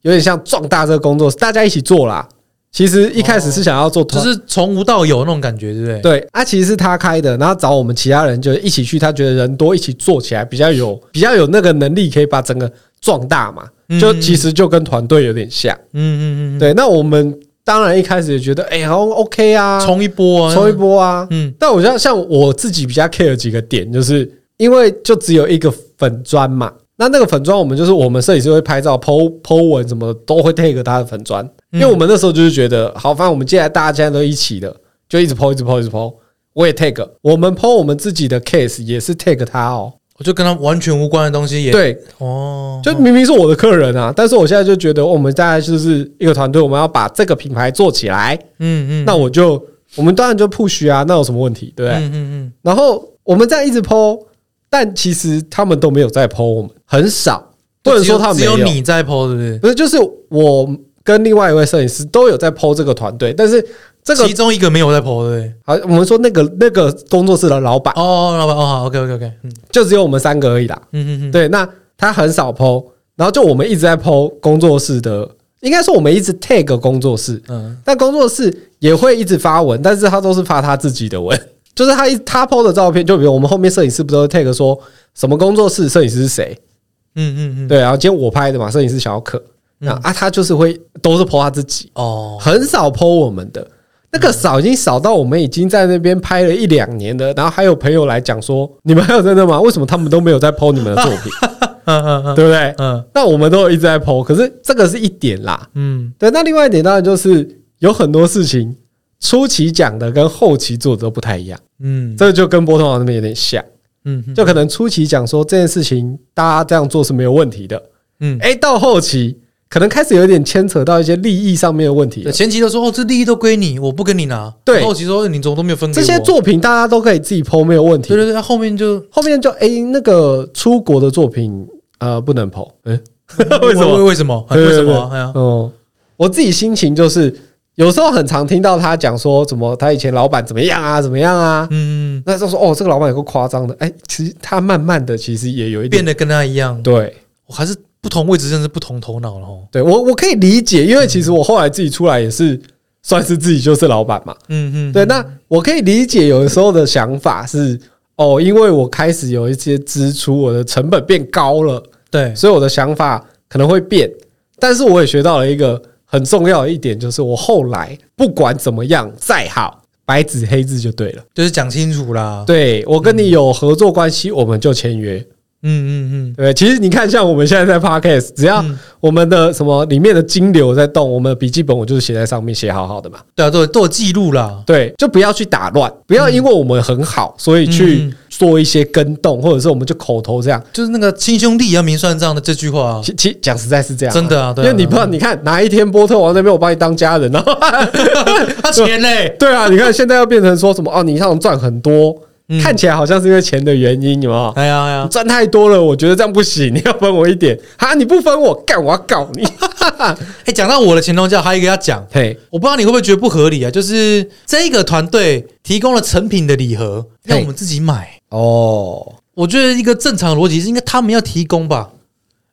有点像壮大这个工作室，大家一起做啦。其实一开始是想要做团，
就是从无到有那种感觉，对不对？
对，啊，其实是他开的，然后找我们其他人就一起去，他觉得人多一起做起来比较有比较有那个能力，可以把整个壮大嘛。就
嗯
其实就跟团队有点像，
嗯嗯嗯，
对。那我们当然一开始也觉得，哎，好像 OK 啊，
冲一波啊，
冲一，波啊。
嗯
但我像像我自己比较 care 几个点，就是因为就只有一个粉砖嘛，那那个粉砖我们就是我们摄影师会拍照、剖剖文什么的都会 take 他的粉砖，
嗯
因为我们那时候就是觉得，好，反正我们既然大家现在都一起的，就一直剖、一直剖、一直剖，我也 take，我们剖我们自己的 case 也是 take 他哦，
我就跟他完全无关的东西也，
对，
哦，
就明明是我的客人啊，但是我现在就觉得我们大家就是一个团队，我们要把这个品牌做起来，
嗯嗯，
那我就我们当然就 push 啊，那有什么问题，对不对？
嗯嗯
然后我们这样一直剖，但其实他们都没有在剖我们，很少，
嗯，
不能说他们
只
没
有你在 PO，对不对？
不是就是我跟另外一位摄影师都有在剖这个团队，但是这个
其中一个没有在 PO，对不对？
好，我们说那个那个工作室的老板
哦，老板，哦好，OK OK OK，嗯
就只有我们三个而已啦。
嗯嗯嗯，
对，那他很少剖，然后就我们一直在剖工作室的，应该说我们一直 tag 工作室，
嗯，
但工作室也会一直发文，但是他都是发他自己的文， (laughs) 就是他一他 PO 的照片，就比如我们后面摄影师不都会 tag 说什么工作室摄影师是谁，
嗯嗯嗯，，嗯
对，然后今天我拍的嘛，摄影师小可，那啊他就是会都是 PO 他自己，
哦，嗯
很少 PO 我们的。那个少已经少到我们已经在那边拍了一两年的，然后还有朋友来讲说，你们还有在那吗？为什么他们都没有在 PO 你们的作品，
嗯嗯嗯
对不对？
嗯
那我们都有一直在 PO，可是这个是一点啦。
嗯，
对，那另外一点当然就是有很多事情初期讲的跟后期做的都不太一样，
嗯
这就跟波通王那边有点像，
嗯
就可能初期讲说这件事情大家这样做是没有问题的，
嗯，
哎，到后期可能开始有点牵扯到一些利益上面的问题
对，。前期都说哦，这利益都归你，我不跟你拿。
对
后期说哎你怎么都没有分给
这
我。
些作品大家都可以自己剖，没有问题
对。对对，后面就
后面就哎、那个出国的作品呃不能剖，哎、 (laughs) (laughs) 为什么？
为什
(laughs)
么？为什么？哎呀，
嗯，我自己心情就是有时候很常听到他讲说，怎么他以前老板怎么样啊，怎么样啊。
嗯，
那就说哦，这个老板有个夸张的，哎、其实他慢慢的其实也有一
嗯变
点
得跟他一样，
对，
我还是不同位置，甚至不同头脑了哦。
对我我可以理解，因为其实我后来自己出来也是算是自己就是老板嘛，
嗯嗯，
对，那我可以理解有的时候的想法是哦，因为我开始有一些支出，我的成本变高了，
对，
所以我的想法可能会变。但是我也学到了一个很重要的一点，就是我后来不管怎么样再好，白纸黑字就对了。
就是讲清楚啦。，
对我跟你有合作关系，我们就签约，
嗯嗯嗯，
对不对？其实你看，像我们现在在 podcast，只要
嗯
我们的什么里面的金流在动，我们的笔记本我就是写在上面写好好的嘛。
对啊，都有都有记录啦。
对，就不要去打乱，不要因为我们很好，所以去
嗯
做一些跟动，或者是我们就口头这样。
就是那个亲兄弟也要明算账的这句话啊，
其其讲实在是这样啊，
真的啊对
因
啊
为你不知道，你看哪一天波特王那边我把你当家人，然后 (laughs)
他钱嘞，
对啊，你看现在要变成说什么哦，你像赚很多，
嗯
看起来好像是因为钱的原因，有没有？
哎呀哎
你
呀，
赚太多了，我觉得这样不行，你要分我一点哈，你不分我，干我要告
(laughs)
你，
哎，讲到我的前东家，还有一个要讲，
嘿，
我不知道你会不会觉得不合理啊？就是这个团队提供了成品的礼盒，
嘿
要我们自己买。
哦，
我觉得一个正常的逻辑是应该他们要提供吧，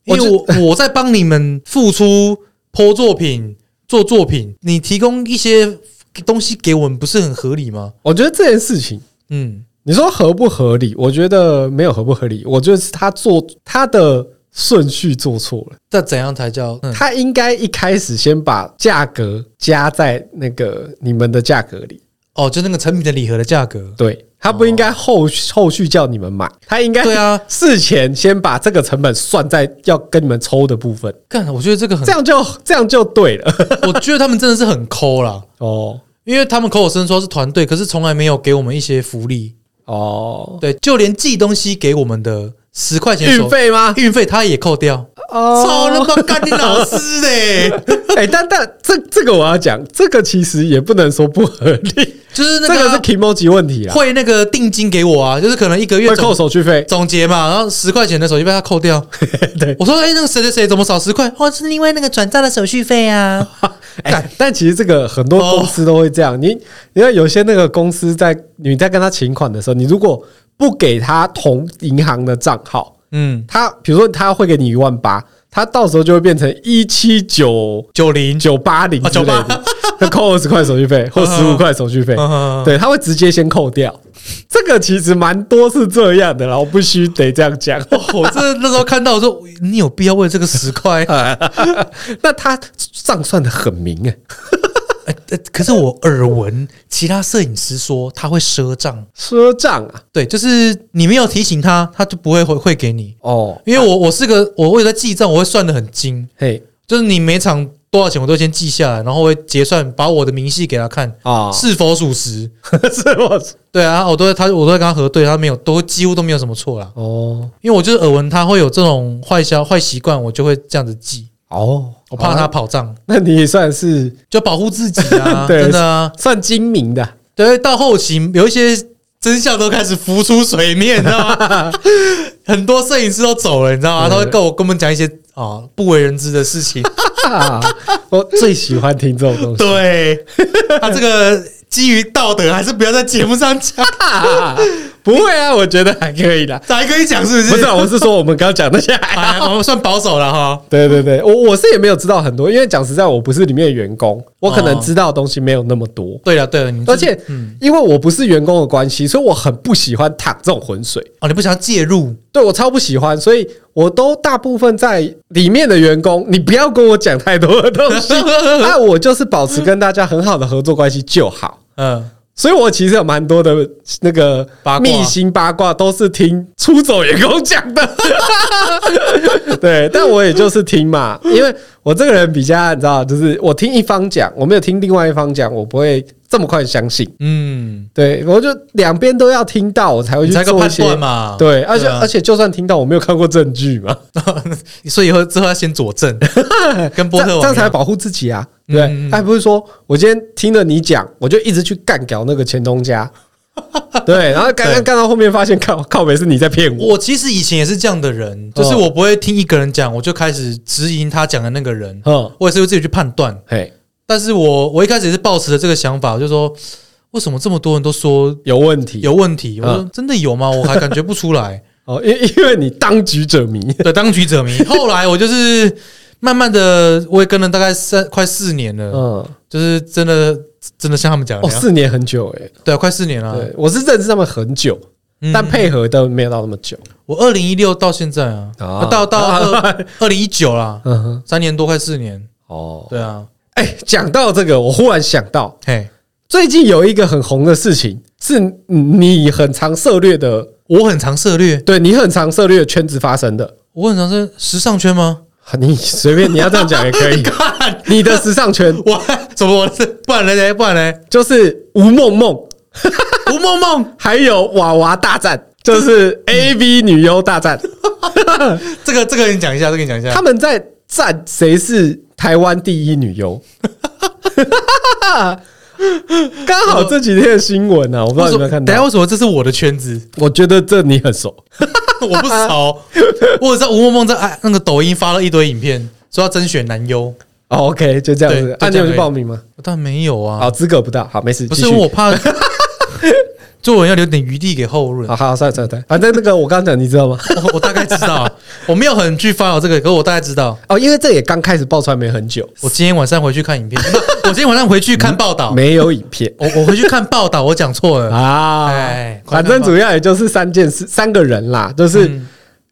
因
我
为我 (laughs) 我在帮你们付出剖作品、做作品，你提供一些东西给我们，不是很合理吗？
我觉得这件事情。
嗯，
你说合不合理？我觉得没有合不合理，我觉得是他做他的顺序做错了。
那怎样才叫？嗯
他应该一开始先把价格加在那个你们的价格里，
哦，就那个成品的礼盒的价格。
对他不应该后后续叫你们买，他应该
哦对啊，
事前先把这个成本算在要跟你们抽的部分，
干，我觉得这个很
这，样就这样就对
(laughs)
了。
我觉得他们真的是很抠啦，
哦
因为他们口口声声说是团队，可是从来没有给我们一些福利。
哦，
对，就连寄东西给我们的十块钱手
运费吗？
运费他也扣掉，操他
哦，
妈干你老师 (laughs) 嘞、
哎，但但这这个我要讲，这个其实也不能说不合理，
就是那
这个
个
是
啊
emoji 问题啦。
会那个定金给我啊，就是可能一个月
会扣
总。
手续费
(laughs) 总结嘛，然后十块钱的手续费他扣
(laughs)
掉。
对，
我说，哎、那个谁谁谁怎么少十块？哦，是因为那个转账的手续费啊。
哎，但其实这个很多公司都会这样。你你看有些那个公司在你在跟他请款的时候，你如果不给他同银行的账号，
嗯，
他比如说他会给你一万八，他到时候就会变成一七九
九零，
九八零
啊
之类的，他 (laughs) 扣二十块手续费或十五块手续费，
嗯，
对，他会直接先扣掉。这个其实蛮多是这样的啦，我必须得这样讲。
哦我真的那时候看到我说，哦你有必要为这个十块？
(laughs)
呃
那他账算的很明哎、
哎哎可是我耳闻其他摄影师说他会赊账，
赊账啊，
对，就是你没有提醒他，他就不会回会给你。
哦，
因为我我是个我会在记账，我会算的很精，
嘿
就是你每场多少钱我都先记下来，然后会结算，把我的明细给他看 (laughs)
啊，
是否属实。
是我
对啊，我都会他我都会跟他核对，他没有都几乎都没有什么错啦。
哦
因为我就是耳闻他会有这种坏消坏习惯，我就会这样子记，
哦，
我怕他
好啊，
跑账，
那你也算是
就保护自己
(laughs)
啊，
对
真的啊。
算精明的。
对，到后期有一些真相都开始浮出水面，你知道吗？
(laughs)
很多摄影师都走了，你知道吗？
对
他会跟我跟我们讲一些啊不为人知的
(laughs)
事情。
啊，我最喜欢听这种东西。
对， (laughs) 他这个基于道德，还是不要在节目上讲，
啊 (laughs) 不会啊，我觉得还可以啦。
还可以讲是不是？
不是啊，我是说我们刚讲那些还。
哎，我们算保守了哈。
(laughs) 对对对，我我是也没有知道很多，因为讲实在，我不是里面的员工，我可能
哦
知道的东西没有那么多。
对了对了，你
而且
嗯，
因为我不是员工的关系，所以我很不喜欢淌这种浑水。
哦，你不想要介入，
对我超不喜欢，所以我都大部分在里面的员工，你不要跟我讲太多的东 (laughs) 西，那我就是保持跟大家很好的合作关系就好。
嗯，
所以我其实有蛮多的那个
八卦
秘辛八卦，都是听出走员工讲的。 (laughs) 对，但我也就是听嘛，因为我这个人比较你知道，就是我听一方讲，我没有听另外一方讲，我不会这么快相信。
嗯，
对，我就两边都要听到，我才会
你
去
才个
做一
判
些。
断嘛。
对，而且、
啊
而且，就算听到，我没有看过证据嘛，
(laughs) 所以以后之后要先佐
(laughs)
证，跟波
这
特
样
王
这样
一
才
样
保护自己啊。对，
嗯嗯嗯
还不是说我今天听了你讲，我就一直去干掉那个前东
(laughs)
家，对，然后干
对
干干到后面发现靠靠北是你在骗我，
我其实以前也是这样的人，
哦
就是我不会听一个人讲，我就开始质疑他讲的那个人，
嗯，
我也是会自己去判断。
嘿，
但是我我一开始也是抱持着这个想法，就说为什么这么多人都说
有问题，
有问题？
嗯
我说真的有吗？我还感觉不
(laughs)
出来。
哦，因因为你当局者
(laughs)
迷，
对，当局者迷。后来我就是慢慢的，我也跟了大概三快四年了，
嗯，
就是真的真的像他们讲的
哦，
那样，
四年很久哎、
对，快四年了。
对，我是认识他们很久，
啊嗯
但配合都没有到那么久，
我二零一六到现在啊，
啊
到到
(laughs)
二零一九啦，
嗯哼，
三年多快四年。
哦，
对啊，
哎、讲到这个，我忽然想到，
嘿。
最近有一个很红的事情，是你很常涉猎的，
我很常涉略，
对你很常涉猎的圈子发生的。
我很常是时尚
(laughs)
圈吗？
你随便你要这样讲也可以。你的时尚圈
(laughs) 我怎么我是不然嘞？不然嘞？
就是吴梦梦，
吴梦梦
还有娃娃大战，就是 A V 女优大
(laughs)
战。
(laughs) 这个这个你讲一下，这个你讲一下
他。们在战谁是台湾第一女优。 (laughs) 刚好这几天的新闻啊，我不知道你有没有看
等一下
到。
为什么这是我的圈子？ (laughs)
我觉得这你很熟，
我
(laughs)
不熟，我知道吴梦梦在哎那个抖音发了一堆影片，说要甄选男优，
哦 OK，就这样子
对。就
啊，你
这
有
样
去
而已
报名吗？
但没有啊
好，，资格不到，好，没事。
不
继
是
续
我怕
(laughs)
做人要留点余地给后人
好。好，算了算了算了，反正那个我刚刚讲，你知道吗？ (laughs)
(laughs) 我我大概知道，我没有很去 follow 这个，可我大概知道。
哦，因为这也刚开始爆出来没很久，
我今天晚上回去看影片， (laughs) 不我今天晚上回去看报道，
没有影片
我我回去看报道，我讲错
(laughs)
了。
啊
哎。
反正主要也就是三件事，三个人啦，就是
嗯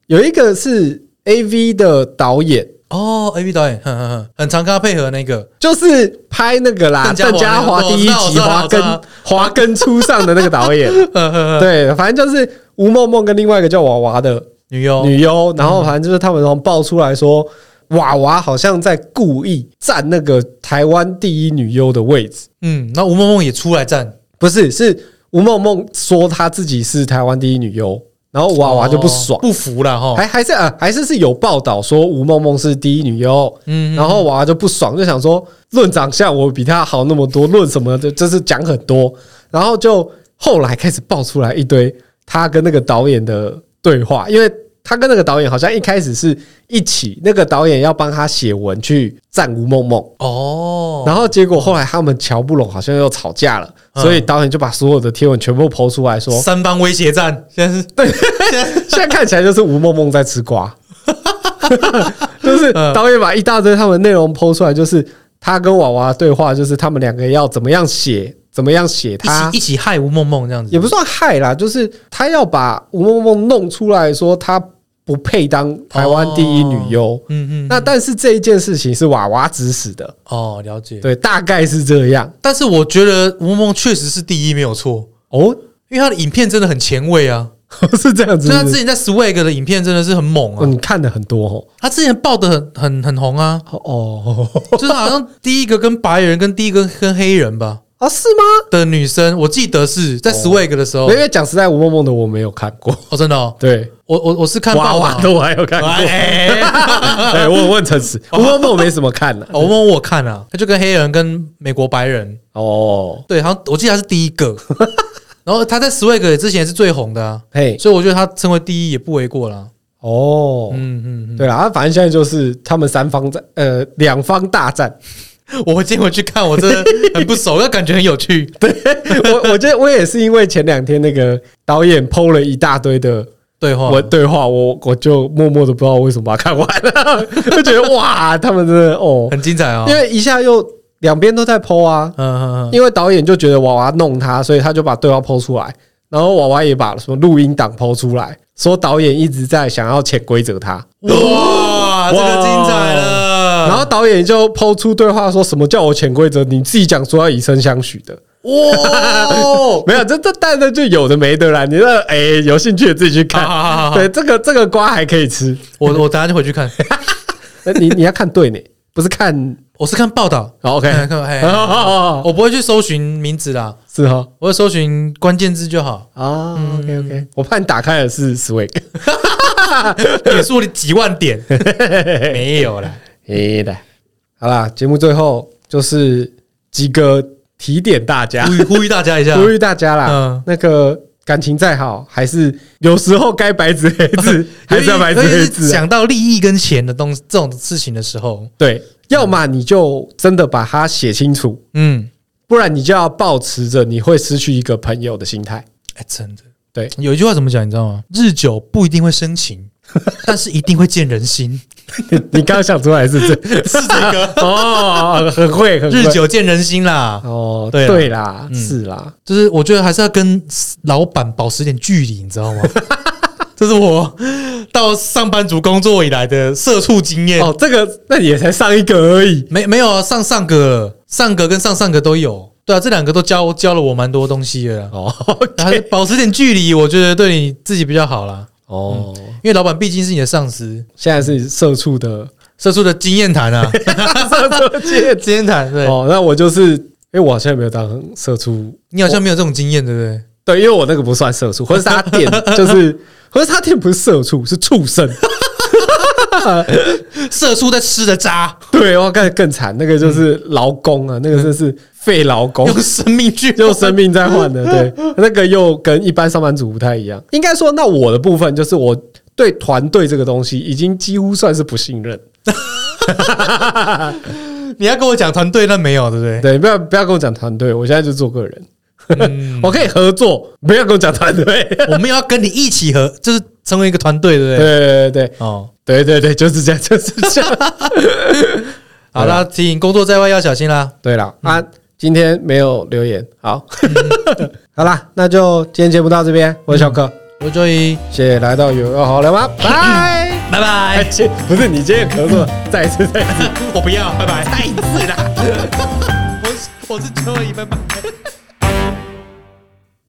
有一个是 A V 的导演，
哦，A V 导演，哼哼哼，很常跟他配合那个，
就是拍那个啦，
邓
邓
家
家
华
华
那个
第一
我
集
知道
华
我知道我知
根
道
华根初上的那个导
(laughs)
演，
呵呵呵，
对，反正就是吴梦梦跟另外一个叫娃娃的
女优，
女优，然后反正就是他们然后爆出来说，娃娃好像在故意占那个台湾第一女优的位置，
嗯，那吴梦梦也出来站，
不是，是吴梦梦说她自己是台湾第一女优，然后娃娃就不爽
哦，不服了哈，
还还是啊，还是是有报道说吴梦梦是第一女优，
嗯，
然后娃娃就不爽，就想说论长相我比她好那么多，论什么的，就是讲很多，然后就后来开始爆出来一堆她跟那个导演的对话，因为。他跟那个导演好像一开始是一起，那个导演要帮他写文去赞吴梦梦，
哦，
然后结果后来他们瞧不拢，好像又吵架了，
嗯
所以导演就把所有的贴文全部剖出来说，
三方威胁战，现在是对，现在是
现在看起来就是吴梦梦在吃瓜， (laughs) 就是
嗯
导演把一大堆他们内容剖出来，就是他跟娃娃对话，就是他们两个要怎么样写，怎么样写他
一起一起害吴梦梦这样子，
啊也不算害啦，就是他要把吴梦梦弄出来说她不配当台湾第一女优。
嗯嗯，
那但是这一件事情是娃娃指使的，
哦了解。
对，大概是这样。
但是我觉得吴梦梦确实是第一没有错，
哦，
因为她的影片真的很前卫啊，
(laughs) 是这样子
所以
是
她
不
之
是。
前在 Swag 的影片真的是很猛
哦，
啊，
你看的很多哦。
她之前爆的很很很
(laughs)
红啊，
哦哦哦
就是好像第一个跟白人跟第一个跟黑人吧
(laughs) 啊，是吗？
的女生，我记得是
哦
在 Swag 的时候，
因为讲实在，吴梦梦的我没有看过。
哦真的哦，
对，
我我我是看啊
娃
爆
娃 (laughs) 的我还有看过。哦对，我问诚 (laughs) 实，吴梦梦我没什么看的。
哦，我问我看啊，他就跟黑人跟美国白人，
哦，
对，好像我记得他是第一
(laughs)
个，然后他在 Swag 之前也是最红的啊，
嘿，
所以我觉得他成为第一也不为过啦。
哦，
嗯嗯
对啦，啊反正现在就是他们三方在呃两方大战。 (laughs)
嗯，我今天回去看，我真的很不熟，但感觉很有
(laughs)
趣。
我我觉得我也是因为前两天那个导演剖了一大堆的
对话，
我对话，我我就默默的不知道为什么把它看完了， (laughs) 就觉得哇，他们真的哦，
很精彩啊、哦。
因为一下又两边都在剖啊，
嗯嗯嗯，
因为导演就觉得娃娃弄他，所以他就把对话剖出来，然后娃娃也把什么录音档剖出来，说导演一直在想要潜规则他，
哇，这个精彩了。
然后导演就剖出对话说什么叫我潜规则，你自己讲说要以身相许的。
哦 (laughs) 哇，
没有，这这但是就有的没的啦。你那哎、有兴趣的自己去
(laughs)
看。
好好好好好
对，这个这个瓜还可以吃。 (laughs)
我我等下就回去看，
那你你要看对呢，不是看
我是看报道。
好 OK
看看哎
哦哦哦哦
我不会去搜寻名字啦，
是哦。
我会搜寻关键字就 (laughs) 好。
啊，OK OK，我怕你打开的是 Swag，
点数里几万 (laughs) 点没有啦。
诶的。好啦，节目最后就是几个提点大家
呼，吁呼吁大家一下，
呼吁大家啦
嗯，
那个感情再好，还是有时候该白纸黑
(laughs)
字，还是要白纸
尤其
黑
是
字啊。
讲到利益跟钱的东西这种事情的时候，
对，要么你就真的把它写清楚，
嗯，
不然你就要保持着你会失去一个朋友的心态。
哎，真的，
对， (laughs)
有一句话怎么讲，你知道吗？日久不一定会生 (laughs) 情，但是一定会见人心。
你刚刚想出来是这
是这个
(laughs) 哦，很会，很会。
日久见人心啦，
哦，
对啦
对啦，
嗯
是啦，
就是我觉得还是要跟老板保持一点距离，你知道 (laughs) 吗？这是我到上班族工作以来的社畜经验。
哦，这个那也才上一个而已。
没没有啊，上上个上个跟上上个都有，对啊，这两个都教教了我蛮多东西 (laughs) 的啦。
哦
还是保持点距离，我觉得对你自己比较好啦。
哦，
因为老板毕竟是你的上司，
现在是社畜的
社畜的经验谈 (laughs) 啊，
社畜界。
经验谈。对，
哦，那我就是，因为我好像没有当社畜，
你好像没有这种经验，对不对？
对，因为我那个不算社畜，婚纱
(laughs)
店就是婚纱店不是社畜，是畜生。
社畜在吃的渣，
对，我更更惨，那个就是劳工啊，那个真是废劳
(laughs)
工，
哦用生命去
用生命在换
(laughs)
的，对，那个又跟一般上班族不太一样。应该说，那我的部分就是我对团队这个东西已经几乎算是不信任。
你要跟我讲团队，那没有，对不对？
对，不要不要跟我讲团队，我现在就做个人，
嗯
我可以合作，不要跟我讲团队。
(laughs) 我们要跟你一起合，就是成为一个团队，对
对
不对？
对对对
哦，
对对对，就是这样，就是这 (laughs) 样。
好啦，
啊
提醒工作在外要小心啦。
对了啊，今天没有留言，好， (laughs) 好啦，那就今天节目到这边，我是小可，
我周一，
谢谢来到有要好聊吗？拜。 (laughs)
拜
哎，
(laughs) 拜。
今不是你今天咳嗽，再一次再一次。
(laughs) 我不要，拜拜，太次啦。我是我是周一，拜拜。